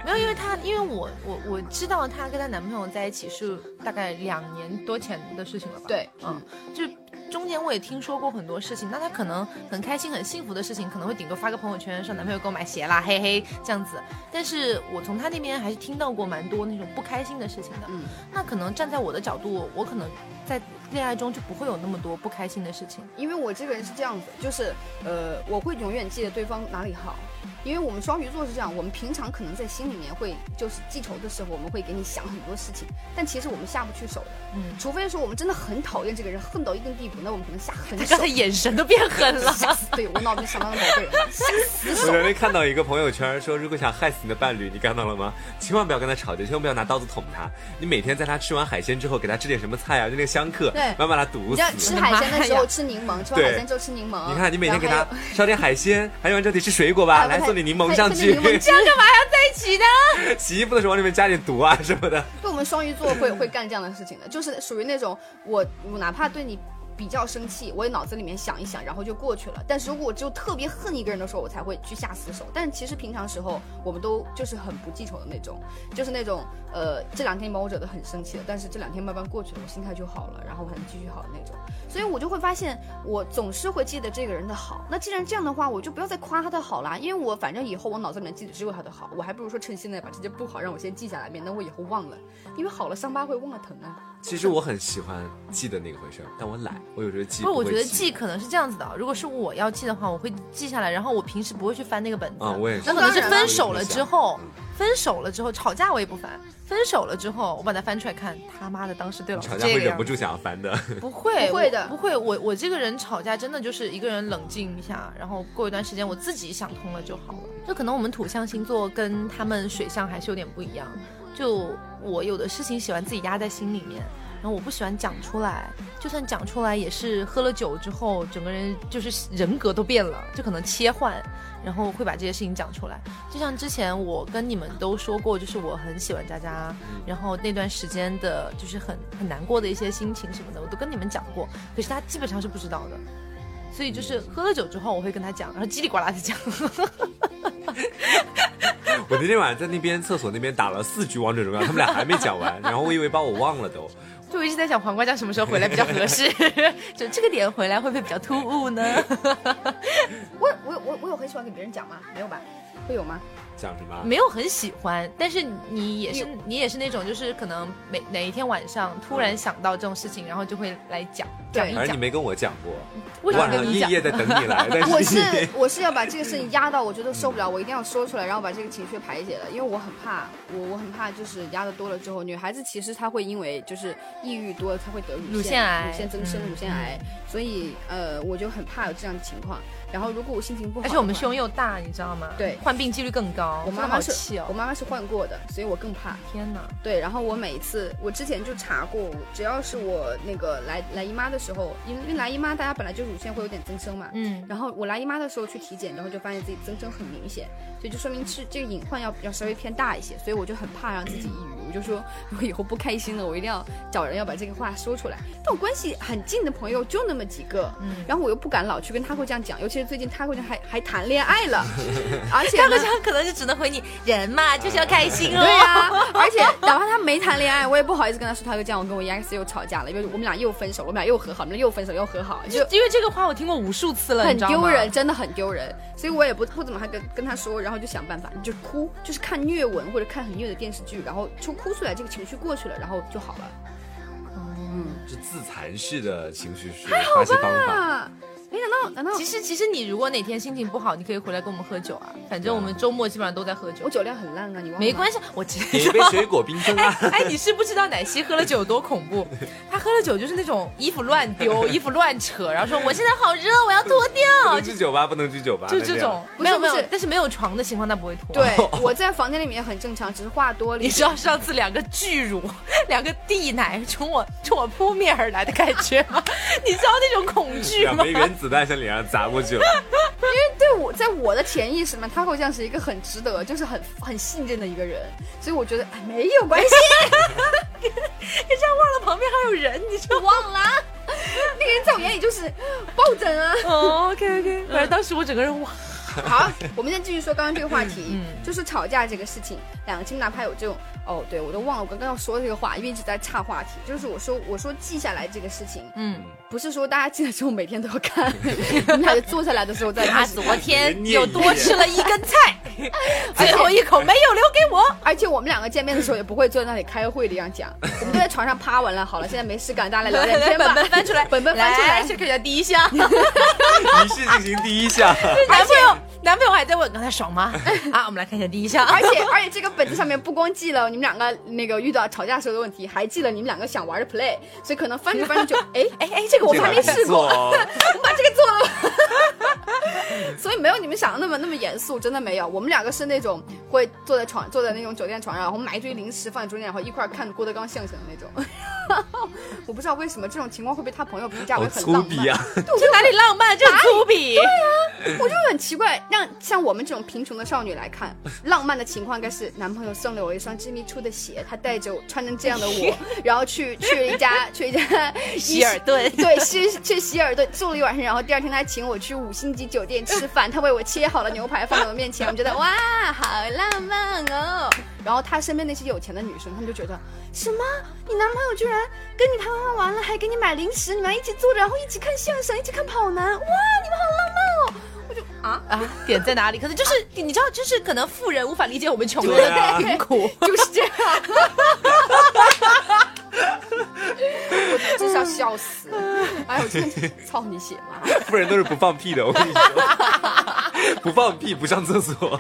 [SPEAKER 2] 没有，因为她，因为我我我知道她跟她男朋友在一起是大概两年多前的事情了吧？
[SPEAKER 3] 对
[SPEAKER 2] 嗯，就中间我也听说过很多事情，那她可能很开心、很幸福的事情，可能会顶多发个朋友圈说男朋友给我买鞋啦，嘿嘿这样子。但是我从她那边还是听到过蛮多那种不开心的事情的。
[SPEAKER 3] 嗯，
[SPEAKER 2] 那可能站在我的角度，我可能在恋爱中就不会有那么多不开心的事情。
[SPEAKER 3] 因为我这个人是这样子，就是呃，我会永远记得对方哪里好，因为我们双鱼座是这样，我们平常可能在心里面会就是记仇的时候，我们会给你想很多事情，但其实我们下不去手的，
[SPEAKER 2] 嗯，
[SPEAKER 3] 除非说我们真的很讨厌这个人，恨到一定地步，那我们可能 下狠
[SPEAKER 2] 她
[SPEAKER 3] 手
[SPEAKER 2] 刚才。眼神都变狠了。
[SPEAKER 3] 吓死！对我脑子里想到了某个人，吓死
[SPEAKER 4] 我
[SPEAKER 3] 手。
[SPEAKER 4] 昨天看到一个朋友圈说，如果想害死你的伴侣，你看到了吗？千万不要跟他吵架，千万不要拿刀子捅他。你每天在他吃完海鲜之后，给他吃点什么菜啊，就那个香客，
[SPEAKER 3] 对
[SPEAKER 4] 慢慢把他毒
[SPEAKER 3] 你
[SPEAKER 4] 死
[SPEAKER 3] 知道。吃海鲜的时候吃柠檬，吃完海鲜之后吃柠檬。
[SPEAKER 4] 你看，你每天给
[SPEAKER 3] 然
[SPEAKER 4] 他
[SPEAKER 3] 后还有
[SPEAKER 4] 烧点海鲜，还有完之后得吃水果吧，
[SPEAKER 3] 还有
[SPEAKER 4] 来送你柠檬
[SPEAKER 3] 还
[SPEAKER 4] 上
[SPEAKER 3] 送你
[SPEAKER 4] 去
[SPEAKER 3] 柠。檬
[SPEAKER 2] 这样干嘛还要在一起呢？
[SPEAKER 4] 洗衣服的时候往里面加点毒啊什么的。
[SPEAKER 3] 对我们双鱼座会会干这样的事情的，就是属于那种我我哪怕对你比较生气，我也脑子里面想一想，然后就过去了。但是如果我只有特别恨一个人的时候，我才会去下死手。但是其实平常时候，我们都就是很不记仇的那种，就是那种呃这两天把我惹得很生气了，但是这两天慢慢过去了，我心态就好了，然后我还能继续好的那种。所以我就会发现，我总是会记得这个人的好。那既然这样的话，我就不要再夸他的好啦，因为我反正以后我脑子里面记得只有他的好，我还不如说趁现在把这些不好让我先记下来，免得我以后忘了。因为好了伤疤会忘了疼啊。
[SPEAKER 4] 其实我很喜欢记得那个回事儿，但我懒，我有时候记
[SPEAKER 2] 不哦是，我觉
[SPEAKER 4] 会
[SPEAKER 2] 得记可能是这样子的啊。如果是我要记的话，我会记下来，然后我平时不会去翻那个本子。
[SPEAKER 4] 啊我也是
[SPEAKER 2] 那可能是分手
[SPEAKER 4] 我
[SPEAKER 2] 了
[SPEAKER 4] 也是
[SPEAKER 2] 之后
[SPEAKER 4] 嗯，
[SPEAKER 2] 分手了之后吵架我也不翻，分手了之后我把它翻出来看，他妈的当时对老师
[SPEAKER 4] 吵架
[SPEAKER 2] 这
[SPEAKER 4] 会
[SPEAKER 2] 个
[SPEAKER 4] 忍
[SPEAKER 2] 样
[SPEAKER 4] 不
[SPEAKER 2] 子。
[SPEAKER 4] 住想要翻的。
[SPEAKER 2] 不会，
[SPEAKER 3] 不会
[SPEAKER 2] 我
[SPEAKER 3] 的
[SPEAKER 2] 不会。我我这个人吵架真的就是一个人冷静一下，然后过一段时间我自己想通了就好了。就可能我们土象星座跟他们水象还是有点不一样。就我有的事情喜欢自己压在心里面，然后我不喜欢讲出来，就算讲出来也是喝了酒之后，整个人就是人格都变了，就可能切换，然后会把这些事情讲出来。就像之前我跟你们都说过，就是我很喜欢渣渣，
[SPEAKER 4] 嗯
[SPEAKER 2] 然后那段时间的就是很很难过的一些心情什么的，我都跟你们讲过，可是他基本上是不知道的。所以
[SPEAKER 4] 嗯
[SPEAKER 2] 就是喝了酒之后，我会跟他讲，然后叽里呱啦的讲。
[SPEAKER 4] 我那天晚上在那边厕所那边打了四局王者荣耀，他们俩还没讲完，然后我以为把我忘了都。
[SPEAKER 2] 就我一直在想黄瓜酱什么时候回来比较合适， 就这个点回来会不会比较突兀呢？
[SPEAKER 3] 我我我我有很喜欢给别人讲吗？没有吧？会有吗？
[SPEAKER 4] 讲什么？
[SPEAKER 2] 没有很喜欢，但是你也是你也是那种，就是可能每哪一天晚上突然想到这种事情，然后就会来讲讲
[SPEAKER 3] 对
[SPEAKER 2] 一
[SPEAKER 4] 嗯而你
[SPEAKER 2] 讲。
[SPEAKER 4] 没跟我讲过，
[SPEAKER 2] 为什么
[SPEAKER 4] 晚
[SPEAKER 2] 跟
[SPEAKER 4] 上
[SPEAKER 2] 你
[SPEAKER 4] 一
[SPEAKER 2] 讲？
[SPEAKER 4] 夜在等你 来，但
[SPEAKER 3] 我
[SPEAKER 4] 是
[SPEAKER 3] 是
[SPEAKER 4] 你
[SPEAKER 3] 我是要把这个事情压到我觉得受不了，我一定要说出来，然后把这个情绪排解了，因为我很怕，我我很怕就是压的多了之后，女孩子其实她会因为就是抑郁多，她会得乳
[SPEAKER 2] 乳腺癌
[SPEAKER 3] 乳腺增生、
[SPEAKER 2] 嗯
[SPEAKER 3] 乳腺癌，所以呃我就很怕有这样的情况。然后如果我心情不好，
[SPEAKER 2] 而且我们胸。又大，你知道吗？
[SPEAKER 3] 对
[SPEAKER 2] 患病几率更高。
[SPEAKER 3] 我妈
[SPEAKER 2] 真的
[SPEAKER 3] 妈
[SPEAKER 2] 好
[SPEAKER 3] 是，
[SPEAKER 2] 气哦
[SPEAKER 3] 我！妈妈是患过的，所以我更怕。
[SPEAKER 2] 天哪，
[SPEAKER 3] 对，然后我每一次，我之前就查过，只要是我那个来来姨妈的时候，因为因为来姨妈大家本来就乳腺会有点增生嘛，
[SPEAKER 2] 嗯，
[SPEAKER 3] 然后我来姨妈的时候去体检，然后就发现自己增生很明显，所以就说明是这个隐患要要稍微偏大一些，所以我就很怕让自己抑郁，我就说我以后不开心了，我一定要找人要把这个话说出来。但我关系很近的朋友就那么几个，嗯，然后我又不敢老去跟他会这样讲，尤其是最近他会这样还还谈恋爱了，而且
[SPEAKER 2] 大
[SPEAKER 3] 呢
[SPEAKER 2] 哥酱可能就只能回你人 嘛，就是要开心 哦。
[SPEAKER 3] 对呀、而且哪怕他没谈恋爱，我也不好意思跟他说他就这样，我跟我 ex 又吵架了，因为我们俩又分手，我们俩又和好，我们俩又分手又和好，就
[SPEAKER 2] 就因为这个话我听过无数次了，
[SPEAKER 3] 很
[SPEAKER 2] 你知道吗
[SPEAKER 3] 丢人，。真的很丢人。所以我也不不怎么还跟跟他说，然后就想办法，你就哭，就是看虐文或者看很虐的电视剧，然后就哭出来，这个情绪过去了，然后就好了。
[SPEAKER 4] 是自残式的情绪是发泄方法。
[SPEAKER 3] 啊，没想到，难道
[SPEAKER 2] 其实，其实你如果哪天心情不好，你可以回来跟我们喝酒 啊。反正我们周末基本上都在喝酒
[SPEAKER 3] 我，酒量很烂啊？你忘了？
[SPEAKER 2] 没关
[SPEAKER 3] 系，
[SPEAKER 2] 系，我知
[SPEAKER 4] 点一杯
[SPEAKER 2] 道。
[SPEAKER 4] 水果冰镇啊！
[SPEAKER 2] 哎，你是不知道奶昔喝了酒有多恐怖，他喝了酒就是那种衣服乱丢、衣服乱扯，然后说我现在好热，我要脱
[SPEAKER 4] 不
[SPEAKER 2] 掉，
[SPEAKER 4] 能去酒吧，不能去酒吧，
[SPEAKER 2] 就
[SPEAKER 4] 啊那
[SPEAKER 2] 这
[SPEAKER 4] 样
[SPEAKER 2] 种。
[SPEAKER 3] 不是
[SPEAKER 2] 没有
[SPEAKER 3] 不
[SPEAKER 2] 没
[SPEAKER 3] 是
[SPEAKER 2] 有，但是没有床的情况他不会脱。
[SPEAKER 3] 对，我在房间里面很正常，只是话多了一
[SPEAKER 2] 你
[SPEAKER 3] 点。
[SPEAKER 2] 知道上次两个巨乳、两个地奶冲我冲我扑面而来的感觉吗？你知道那种恐惧
[SPEAKER 4] 两
[SPEAKER 2] 吗？
[SPEAKER 4] 枚原子弹向脸上砸过去了。
[SPEAKER 3] 对我，在我的潜意识里面，Taco 酱是一个很值得，就是很很信任的一个人，所以我觉得哎没有关系，
[SPEAKER 2] 你这样忘了旁边还有人，你知道吗？
[SPEAKER 3] 忘了啊。那个人在我眼里就是抱枕啊，
[SPEAKER 2] 哦，OK OK，反正当时我整个人哇，
[SPEAKER 3] 好，我们先继续说刚刚这个话题，
[SPEAKER 2] 嗯
[SPEAKER 3] 就是吵架这个事情。两个亲哪怕有这种，哦，对我都忘了我刚刚要说这个话，因为一直在岔话题。就是我说我说记下来这个事情，
[SPEAKER 2] 嗯，
[SPEAKER 3] 不是说大家记的时候每天都 要看，你们俩就坐下来的时候 再
[SPEAKER 2] 他
[SPEAKER 3] 开始
[SPEAKER 2] 昨天
[SPEAKER 5] 念一
[SPEAKER 2] 又
[SPEAKER 5] 念
[SPEAKER 2] 多吃了一根 菜，最后一口没有留给我。
[SPEAKER 3] 而且我们两个见面的时候也不会坐在那里开会这 样讲，我们都在床上趴完了。好了，现在没事干，大家来聊聊天吧。
[SPEAKER 2] 本本翻出来，
[SPEAKER 3] 本本翻出来。
[SPEAKER 2] 这可叫第一项。 男
[SPEAKER 4] 仪式进行第一项，
[SPEAKER 2] 朋友，男朋友还在问刚才爽吗？啊，我们来看一下第一项。
[SPEAKER 3] 而且而且这个本子上面不光记了你们两个那个遇到吵架时候的问题，还记了你们两个想玩的 play，所以可能翻着翻着就哎 哎哎，这个我们还没试过，
[SPEAKER 4] 做
[SPEAKER 3] 我们把这个做了吧， 所以没有你们想的那么那么严肃，真的没有。我们两个是那种会坐在床坐在那种酒店床上，然后买一堆零食放在中间，然后一块儿看郭德纲相声的那种。 我不知道为什么这种情况会被他朋友评价为
[SPEAKER 4] 好
[SPEAKER 3] 很
[SPEAKER 4] 粗
[SPEAKER 3] 浪
[SPEAKER 4] 鄙
[SPEAKER 3] 漫。
[SPEAKER 4] 啊！
[SPEAKER 3] 对，我就
[SPEAKER 2] 这哪里浪漫，这很粗鄙。
[SPEAKER 3] 我就很奇怪，让像我们这种贫穷的少女来看，浪漫的情况应该是男朋友送了我一双织迷出的鞋，他带着我穿成这样的我，然后去去一家去一家
[SPEAKER 2] 希尔顿
[SPEAKER 3] 对，去去希尔顿住了一晚上，然后第二天他请我去五星级酒店吃饭，他为我切好了牛排放在我面前，我觉得哇，好浪漫哦。然后他身边那些有钱的女生，她们就觉得什么，你男朋友居然跟你拍完拍完了，还给你买零食，你们还一起坐着，然后一起看相声，一起看跑男，哇，你们好浪漫哦。我就啊。
[SPEAKER 2] 啊，点在哪里？可能就是你知道，就是可能富人无法理解我们穷人
[SPEAKER 4] 对
[SPEAKER 2] 的
[SPEAKER 4] 啊
[SPEAKER 2] 贫 苦。
[SPEAKER 3] 就是这样。我真是要笑死！哎呦，我真的操你血嘛！
[SPEAKER 4] 富人都是不放屁的，我跟你说，不放屁不上厕所。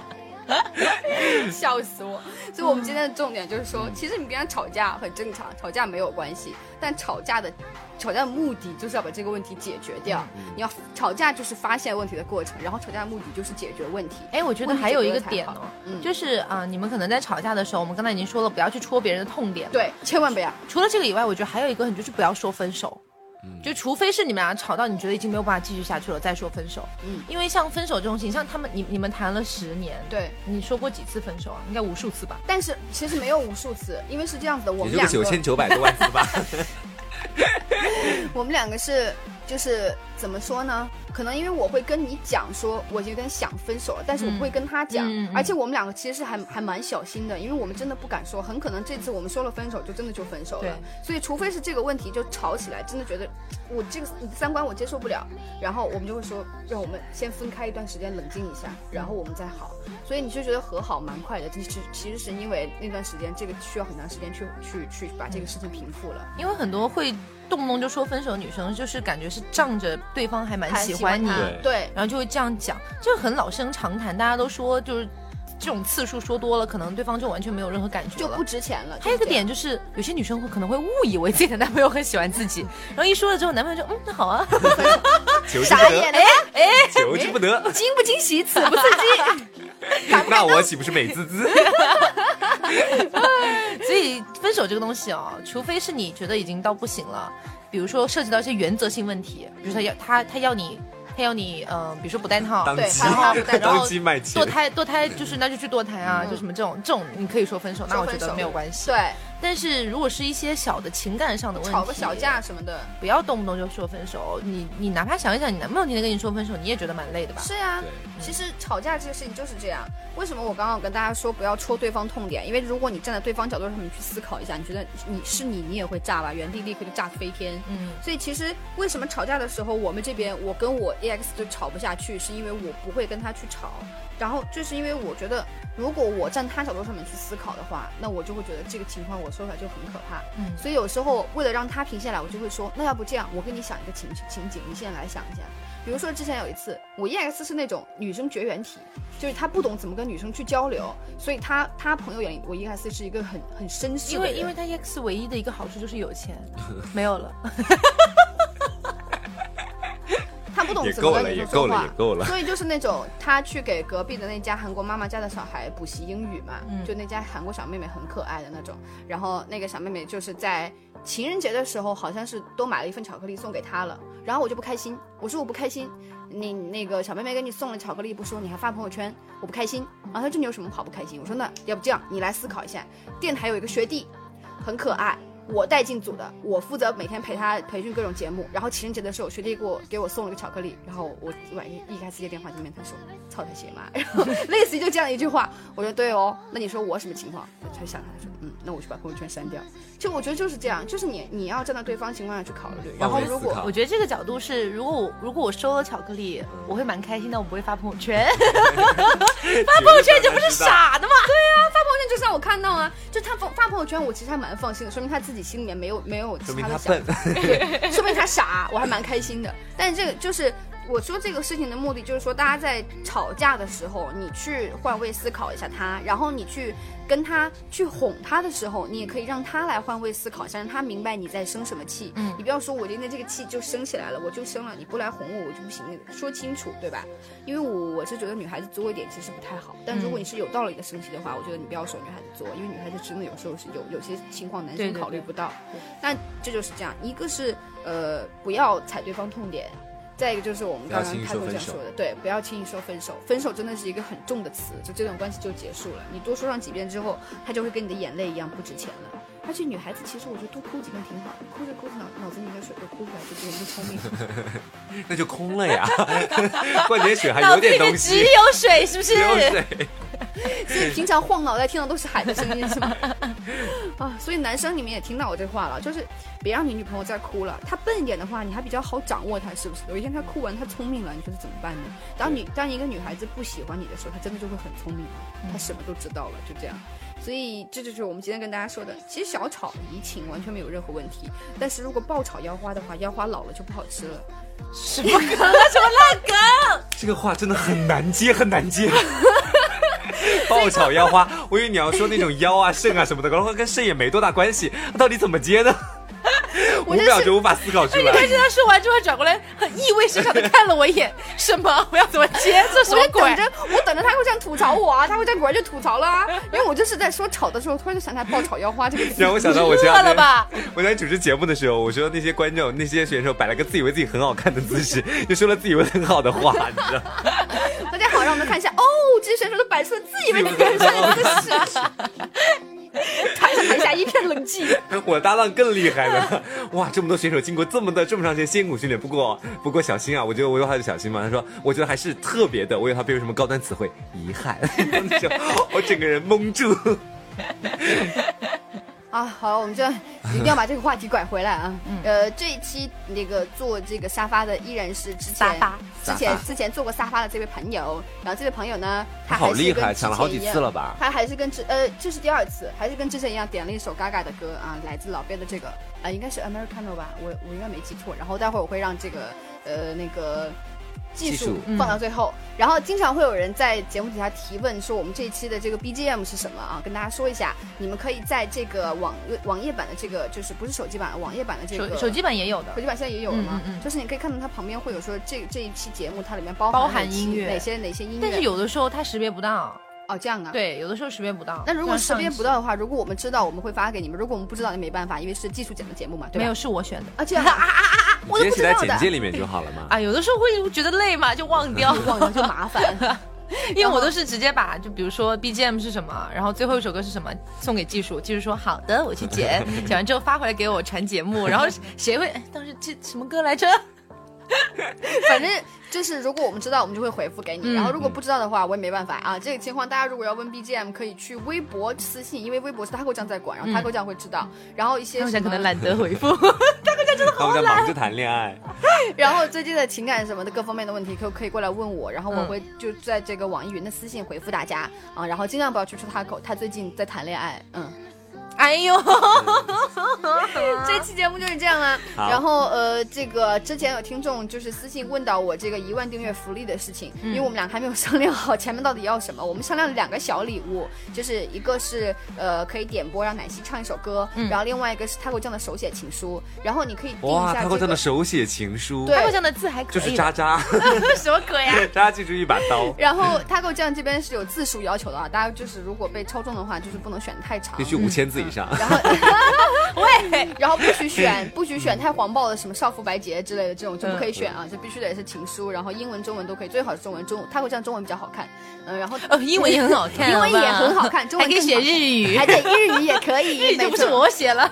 [SPEAKER 3] 笑死我！所以，我们今天的重点就是说，
[SPEAKER 4] 嗯
[SPEAKER 3] 其实你跟人家吵架很正常，吵架没有关系，但吵架的吵架的目的就是要把这个问题解决掉。
[SPEAKER 4] 嗯
[SPEAKER 3] 你要吵架就是发现问题的过程，然后吵架的目的就是解决问题。
[SPEAKER 2] 哎，我觉得还有一个点
[SPEAKER 3] 问
[SPEAKER 2] 哦
[SPEAKER 3] 题解决得才好，嗯
[SPEAKER 2] 就是啊、你们可能在吵架的时候，我们刚才已经说了，不要去戳别人的痛点。
[SPEAKER 3] 对，千万不要。
[SPEAKER 2] 除了这个以外，我觉得还有一个很就是不要说分手。就除非是你们俩吵到你觉得已经没有办法继续下去了，再说分手。
[SPEAKER 3] 嗯
[SPEAKER 2] 因为像分手这种情，像他们你你们谈了十年，，
[SPEAKER 3] 对，
[SPEAKER 2] 你说过几次分手啊？应该无数次吧。
[SPEAKER 3] 但是其实没有无数次，因为是这样子的，我
[SPEAKER 4] 也
[SPEAKER 3] 们
[SPEAKER 4] 就个
[SPEAKER 3] 两
[SPEAKER 4] 九
[SPEAKER 3] 个
[SPEAKER 4] 千九百多万字吧。
[SPEAKER 3] 我们两个是就是怎么说呢？可能因为我会跟你讲说，我有点想分手了，但是我不会跟他讲，
[SPEAKER 2] 嗯嗯嗯
[SPEAKER 3] 而且我们两个其实是还还蛮小心的，因为我们真的不敢说，很可能这次我们说了分手就真的就分手了。所以除非是这个问题就吵起来，真的觉得我这个你的三观我接受不了，然后我们就会说，让我们先分开一段时间冷静一下，
[SPEAKER 2] 嗯
[SPEAKER 3] 然后我们再好。所以你就觉得和好蛮快的，其实其实是因为那段时间这个需要很长时间去去去把这个事情平复了。
[SPEAKER 2] 因为很多会动不动就说分手的女生，就是感觉是仗着对方还蛮
[SPEAKER 3] 还
[SPEAKER 2] 喜欢你，
[SPEAKER 3] 他
[SPEAKER 4] 对
[SPEAKER 3] 对，
[SPEAKER 2] 然后就会这样讲，这很老生常谈。大家都说就是这种次数说多了，可能对方就完全没有任何感觉
[SPEAKER 3] 就
[SPEAKER 2] 了
[SPEAKER 3] 不。值钱了。
[SPEAKER 2] 还有一个
[SPEAKER 3] 就是这样
[SPEAKER 2] 点就是，有些女生会可能会误以为自己的男朋友很喜欢自 己，然后一说了之后，男朋友就嗯好啊，
[SPEAKER 4] 求之不
[SPEAKER 3] 傻
[SPEAKER 4] 得，
[SPEAKER 3] 眼了，哎，
[SPEAKER 4] 求之不得。
[SPEAKER 3] 惊不惊喜，刺不刺 激？
[SPEAKER 4] 那我岂不是美滋滋？
[SPEAKER 2] 所以分手这个东西啊、除非是你觉得已经到不行了，比如说涉及到一些原则性问题，比如说他要他他要你他要你嗯、呃比如说不戴套，
[SPEAKER 4] 当
[SPEAKER 3] 对
[SPEAKER 4] 机
[SPEAKER 3] 还好
[SPEAKER 2] 对然后
[SPEAKER 4] 当机卖钱嗯
[SPEAKER 2] 堕。胎堕胎就是那就去堕胎啊，就什么这种这种你可以说分手，那我觉
[SPEAKER 3] 说分
[SPEAKER 2] 得
[SPEAKER 3] 手
[SPEAKER 2] 没有关系。
[SPEAKER 3] 对，
[SPEAKER 2] 但是如果是一些小的情感哎上的问题，
[SPEAKER 3] 吵个小，架什么的。
[SPEAKER 2] 不要动不动就说分手。你你哪怕想一想，你男朋友天天跟你说分手，你也觉得蛮累的吧？
[SPEAKER 3] 是呀、
[SPEAKER 4] 对
[SPEAKER 3] 其实吵架这个事情就是这样。为什么我刚刚有跟大家说不要戳对方痛点？因为如果你站在对方角度上面去思考一下，你觉得你是你，你也会炸吧，原地立刻就炸飞天。
[SPEAKER 2] 嗯，
[SPEAKER 3] 所以其实为什么吵架的时候，我们这边我跟我 EX 就吵不下去，是因为我不会跟他去吵，然后就是因为我觉得，如果我站他角度上面去思考的话，那我就会觉得这个情况我说出来就很可怕。
[SPEAKER 2] 嗯
[SPEAKER 3] 所以有时候为了让他停下来，我就会说，那要不这样，我跟你想一个情情景，你现在来想一下。比如说之前有一次，我 EX 是那种女生绝缘体，就是他不懂怎么跟女生去交流，所以他他朋友眼里我 EX 是一个很很绅士
[SPEAKER 2] 因
[SPEAKER 3] 的人，
[SPEAKER 2] 为因为他 EX 唯一的一个好处就是有 钱，没有了。
[SPEAKER 3] 他不懂
[SPEAKER 4] 也
[SPEAKER 3] 怎么
[SPEAKER 4] 够
[SPEAKER 3] 跟
[SPEAKER 4] 了，
[SPEAKER 3] 女
[SPEAKER 4] 也
[SPEAKER 3] 生
[SPEAKER 4] 够
[SPEAKER 3] 说
[SPEAKER 4] 了，
[SPEAKER 3] 话
[SPEAKER 4] 也，够了。
[SPEAKER 3] 所以就是那种他去给隔壁的那家韩国妈妈家的小孩补习英语嘛，
[SPEAKER 2] 嗯
[SPEAKER 3] 就那家韩国小妹妹很可爱的那种，然后那个小妹妹就是在情人节的时候好像是都买了一份巧克力送给他了，然后我就不开心，我说我不开心，你那个小妹妹给你送了巧克力不说，你还发朋友圈，我不开心，然后她说这你有什么好不开心？我说那要不这样，你来思考一下，电台有一个学弟，很可爱。我带进组的，我负责每天陪他培训各种节目。然后情人节的时候，学弟给我给我送了个巧克力，然后我晚上一开始接电话就面他说嗯操他鞋妈，然后类似于就这样一句话，我说对哦，那你说我什么情况？我才想他说嗯，那我就把朋友圈删掉。就我觉得就是这样，就是你你要站在对方情况下去考虑，然后
[SPEAKER 4] 换位
[SPEAKER 3] 哦如
[SPEAKER 4] 思
[SPEAKER 3] 果
[SPEAKER 4] 考
[SPEAKER 2] 我觉得这个角度是，如果我如果我收了巧克力，
[SPEAKER 3] 嗯
[SPEAKER 2] 我会蛮开心的，我不会发朋友 圈。
[SPEAKER 4] 发朋友
[SPEAKER 2] 这这不是？傻的吗？
[SPEAKER 3] 发朋友圈就是让我看到啊，就他发发朋友圈，我其实还蛮放心的，说明他自己心里面没有没有其
[SPEAKER 4] 说明
[SPEAKER 3] 他
[SPEAKER 4] 他
[SPEAKER 3] 的想
[SPEAKER 4] 笨，
[SPEAKER 3] 对，说明他傻，啊我还蛮开心的。但是这个就是我说这个事情的目的，就是说大家在吵架的时候，你去换位思考一下他，然后你去跟他去哄他的时候，你也可以让他来换位思考一下，让他明白你在生什么气。嗯，你不要说我今天这个气就生起来了，我就生了，你不来哄我，我就不行。说清楚，对
[SPEAKER 2] 嗯
[SPEAKER 3] 吧？因为我我是觉得女孩子作一点其实不太好，但如果你是有道理的生气的话，我觉得你不要说女孩子作，因为女孩子真的有时候是有有些情况男
[SPEAKER 2] 对
[SPEAKER 3] 生
[SPEAKER 2] 对
[SPEAKER 3] 考虑
[SPEAKER 2] 对
[SPEAKER 3] 不到。但这就是这样，一个是呃不要踩对方痛点，再一个就是我们
[SPEAKER 4] 不要
[SPEAKER 3] 刚
[SPEAKER 4] 轻
[SPEAKER 3] 刚
[SPEAKER 4] 易
[SPEAKER 3] 开
[SPEAKER 4] 说
[SPEAKER 3] 头
[SPEAKER 4] 分
[SPEAKER 3] 讲
[SPEAKER 4] 手
[SPEAKER 3] 说的，对，不要轻易说分手，分手真的是一个很重的词，就这段关系就结束了。你多说上几遍之后，它就会跟你的眼泪一样不值钱了。而且女孩子其实我觉得多哭几遍挺好，你哭着哭着脑脑子里面的水都哭出来，就比我们聪明。
[SPEAKER 4] 那就空了呀。关节血还
[SPEAKER 2] 脑
[SPEAKER 4] 有
[SPEAKER 2] 子里
[SPEAKER 4] 点
[SPEAKER 2] 面
[SPEAKER 4] 东
[SPEAKER 2] 只
[SPEAKER 4] 西，
[SPEAKER 2] 有水，是不是
[SPEAKER 4] 只？有水。
[SPEAKER 3] 所以平常晃脑袋听到都是海的声音，是吗？ 啊，所以男生你们也听到我这话了，就是别让你女朋友再哭了。她笨一点的话，你还比较好掌握她，是不是？有一天她哭完，她聪明了，你说她怎么办呢？当你当一个女孩子不喜欢你的时候，她真的就会很聪明了，她什么都知道了，就这样。所以这就是我们今天跟大家说的，其实小吵怡情完全没有任何问题，但是如果爆炒腰花的话，腰花老了就不好吃了。
[SPEAKER 4] 这个话真的很难接，很难接。爆炒腰花，我以为你要说那种腰啊、肾啊什么的，然后跟肾也没多大关系，到底怎么接呢？五
[SPEAKER 3] 我真是
[SPEAKER 4] 秒钟无法思考出来。
[SPEAKER 2] 但是他说完之后转过来，很意味深长的看了我一眼，什么？我要怎么接？这什
[SPEAKER 3] 我
[SPEAKER 2] 么
[SPEAKER 3] 在
[SPEAKER 2] 鬼？
[SPEAKER 3] 等着，我等着他会这样吐槽我啊，他会这样果然就吐槽了啊，因为我就是在说炒的时候，突然就想起来爆炒腰花这个词
[SPEAKER 4] 让。我想到我前
[SPEAKER 2] 饿
[SPEAKER 4] 两
[SPEAKER 2] 了
[SPEAKER 4] 天，
[SPEAKER 2] 吧？
[SPEAKER 4] 我在主持节目的时候，我说那些观众、那些选手摆了个自以为自己很好看的姿势， 就说了自以为很好的话，你知道？
[SPEAKER 3] 大家好，让我们看一下哦，这些选手都摆出了自以为的
[SPEAKER 4] 自以为
[SPEAKER 3] 人生的姿势啊。台上台下一片冷寂，
[SPEAKER 4] 我的搭档更厉害 了，哇！这么多选手经过这么的这么长时间艰苦训练，不过不过小心啊，我觉得我有他的小心嘛。他说，我觉得还是特别的，我以为他背有什么高端词汇，遗憾， 那种我整个人蒙住。
[SPEAKER 3] 啊，好了，我们就一定要把这个话题拐回来啊。呃，这一期那个做这个沙发的依然是之前
[SPEAKER 2] 沙发
[SPEAKER 3] 之
[SPEAKER 4] 沙
[SPEAKER 3] 前
[SPEAKER 4] 发
[SPEAKER 3] 之前做过沙发的这位朋友，然后这位朋友呢，他
[SPEAKER 4] 好
[SPEAKER 3] 还是
[SPEAKER 4] 厉
[SPEAKER 3] 跟
[SPEAKER 4] 害，
[SPEAKER 3] 之
[SPEAKER 4] 抢了
[SPEAKER 3] 前
[SPEAKER 4] 好几
[SPEAKER 3] 一样
[SPEAKER 4] 次了吧？
[SPEAKER 3] 他还是跟之呃，这是第二次，还是跟之前一样点了一首 Gaga 的歌啊，来自老贝的这个啊、应该是 Americano 吧，我我应该没记错。然后待会儿我会让这个呃那个技
[SPEAKER 4] 技
[SPEAKER 3] 术
[SPEAKER 4] 术
[SPEAKER 3] 放到最后。然后经常会有人在节目底下提问说我们这一期的这个 BGM 是什么啊？跟大家说一下，你们可以在这个网网页版的这个就是不是手机版，网页版的这个
[SPEAKER 2] 手手机版也有的
[SPEAKER 3] 手，机版现在也有了吗？
[SPEAKER 2] 嗯嗯嗯
[SPEAKER 3] 就是你可以看到它旁边会有说这这一期节目它里面包
[SPEAKER 2] 包
[SPEAKER 3] 含
[SPEAKER 2] 含
[SPEAKER 3] 哪
[SPEAKER 2] 音
[SPEAKER 3] 期
[SPEAKER 2] 乐
[SPEAKER 3] 哪些哪些音乐，
[SPEAKER 2] 但是有的时候它识别不到。
[SPEAKER 3] 哦这样啊，
[SPEAKER 2] 对，有的时候识别不到。
[SPEAKER 3] 那如果
[SPEAKER 2] 就
[SPEAKER 3] 识
[SPEAKER 2] 像上
[SPEAKER 3] 别
[SPEAKER 2] 一
[SPEAKER 3] 不
[SPEAKER 2] 期
[SPEAKER 3] 到的话，如果我们知道，我们会发给你们；如果我们不知道，也没办法，因为是技术剪的节目嘛，对吧？
[SPEAKER 2] 没有，是我选的
[SPEAKER 3] 啊，这样啊
[SPEAKER 4] 你
[SPEAKER 3] 我都
[SPEAKER 4] 直接
[SPEAKER 3] 不
[SPEAKER 4] 写
[SPEAKER 3] 知
[SPEAKER 4] 在
[SPEAKER 3] 道
[SPEAKER 4] 简介
[SPEAKER 3] 的，
[SPEAKER 4] 里面就好了嘛。
[SPEAKER 2] 啊，有的时候会觉得累嘛，就 忘掉。
[SPEAKER 3] 忘了就麻烦。
[SPEAKER 2] 因为我都是直接把，就比如说 BGM 是什么，然后最后一首歌是什么，送给技术，技术说好的，我去 剪，剪完之后发回来给我传节目，然后谁会哎当时这什么歌来着？
[SPEAKER 3] 反正就是，如果我们知道，我们就会回复给你；
[SPEAKER 2] 嗯
[SPEAKER 3] 然后如果不知道的话，我也没办法啊。这个情况，大家如果要问 BGM，可以去微博私信，因为微博是他狗酱在管，然后他狗酱会知道。然后一些
[SPEAKER 2] 然后
[SPEAKER 3] 什
[SPEAKER 2] 想
[SPEAKER 3] 么
[SPEAKER 2] 嗯可能懒得回复，
[SPEAKER 3] 哎
[SPEAKER 4] 他们在忙着谈恋爱，
[SPEAKER 3] 然后最近的情感什么的各方面的问题，可可以过来问我，然后我
[SPEAKER 2] 嗯
[SPEAKER 3] 会就在这个网易云的私信回复大家啊，然后尽量不要去出他口，他最近在谈恋爱，嗯。
[SPEAKER 2] 哎呦，
[SPEAKER 3] 这期节目就是这样啦。
[SPEAKER 4] 好
[SPEAKER 3] 然后呃，这个之前有听众就是私信问到我这个一万订阅福利的事情，
[SPEAKER 2] 嗯
[SPEAKER 3] 因为我们俩还没有商量好前面到底要什么。我们商量了两个小礼物，就是一个是呃可以点播让奶昔唱一首歌，
[SPEAKER 2] 嗯
[SPEAKER 3] 然后另外一个是 Taco 酱的手写情书，然后你可以定 一
[SPEAKER 4] 哇！
[SPEAKER 3] 下
[SPEAKER 4] 他
[SPEAKER 3] 这
[SPEAKER 4] 会
[SPEAKER 3] 个
[SPEAKER 4] 真的手写情书，
[SPEAKER 3] 对哎
[SPEAKER 2] 他这样的哎字还可以，
[SPEAKER 4] 就是渣渣，
[SPEAKER 2] 什么 鬼呀、啊
[SPEAKER 4] 渣渣记住一把刀，
[SPEAKER 3] 然后 Taco 酱这边是有字数要求的啊，大家就是如果被抽中的话，就是不能选太长
[SPEAKER 4] 必，须五千字以上。
[SPEAKER 3] 然后
[SPEAKER 2] 喂，
[SPEAKER 3] 然后不许 选，不许选太黄暴的什么少妇白洁之类的这种就不可以选啊，这必须得是情书，然然后英文、中文都可以，最好是中文，中他会这样中文比较好看，嗯，然后
[SPEAKER 4] 呃
[SPEAKER 2] 哦， 英文也很好看，
[SPEAKER 3] 英文也
[SPEAKER 2] 好不
[SPEAKER 3] 很好看中文
[SPEAKER 2] 啊还可以
[SPEAKER 3] 更
[SPEAKER 2] 写
[SPEAKER 3] 好
[SPEAKER 2] 日语
[SPEAKER 3] 还，对日语也可以，
[SPEAKER 2] 日语就
[SPEAKER 3] 没
[SPEAKER 2] 不是
[SPEAKER 3] 错
[SPEAKER 2] 我写了，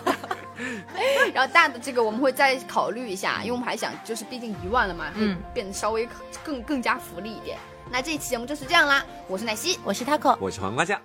[SPEAKER 3] 然后大的这个我们会再考虑一下，因为我们还想就是毕竟一万了嘛，会
[SPEAKER 2] 嗯
[SPEAKER 3] 变得稍微更更加福利一点。那这一期节目就是这样啦，我是奶昔，
[SPEAKER 1] 我是 taco，
[SPEAKER 4] 我是黄瓜酱。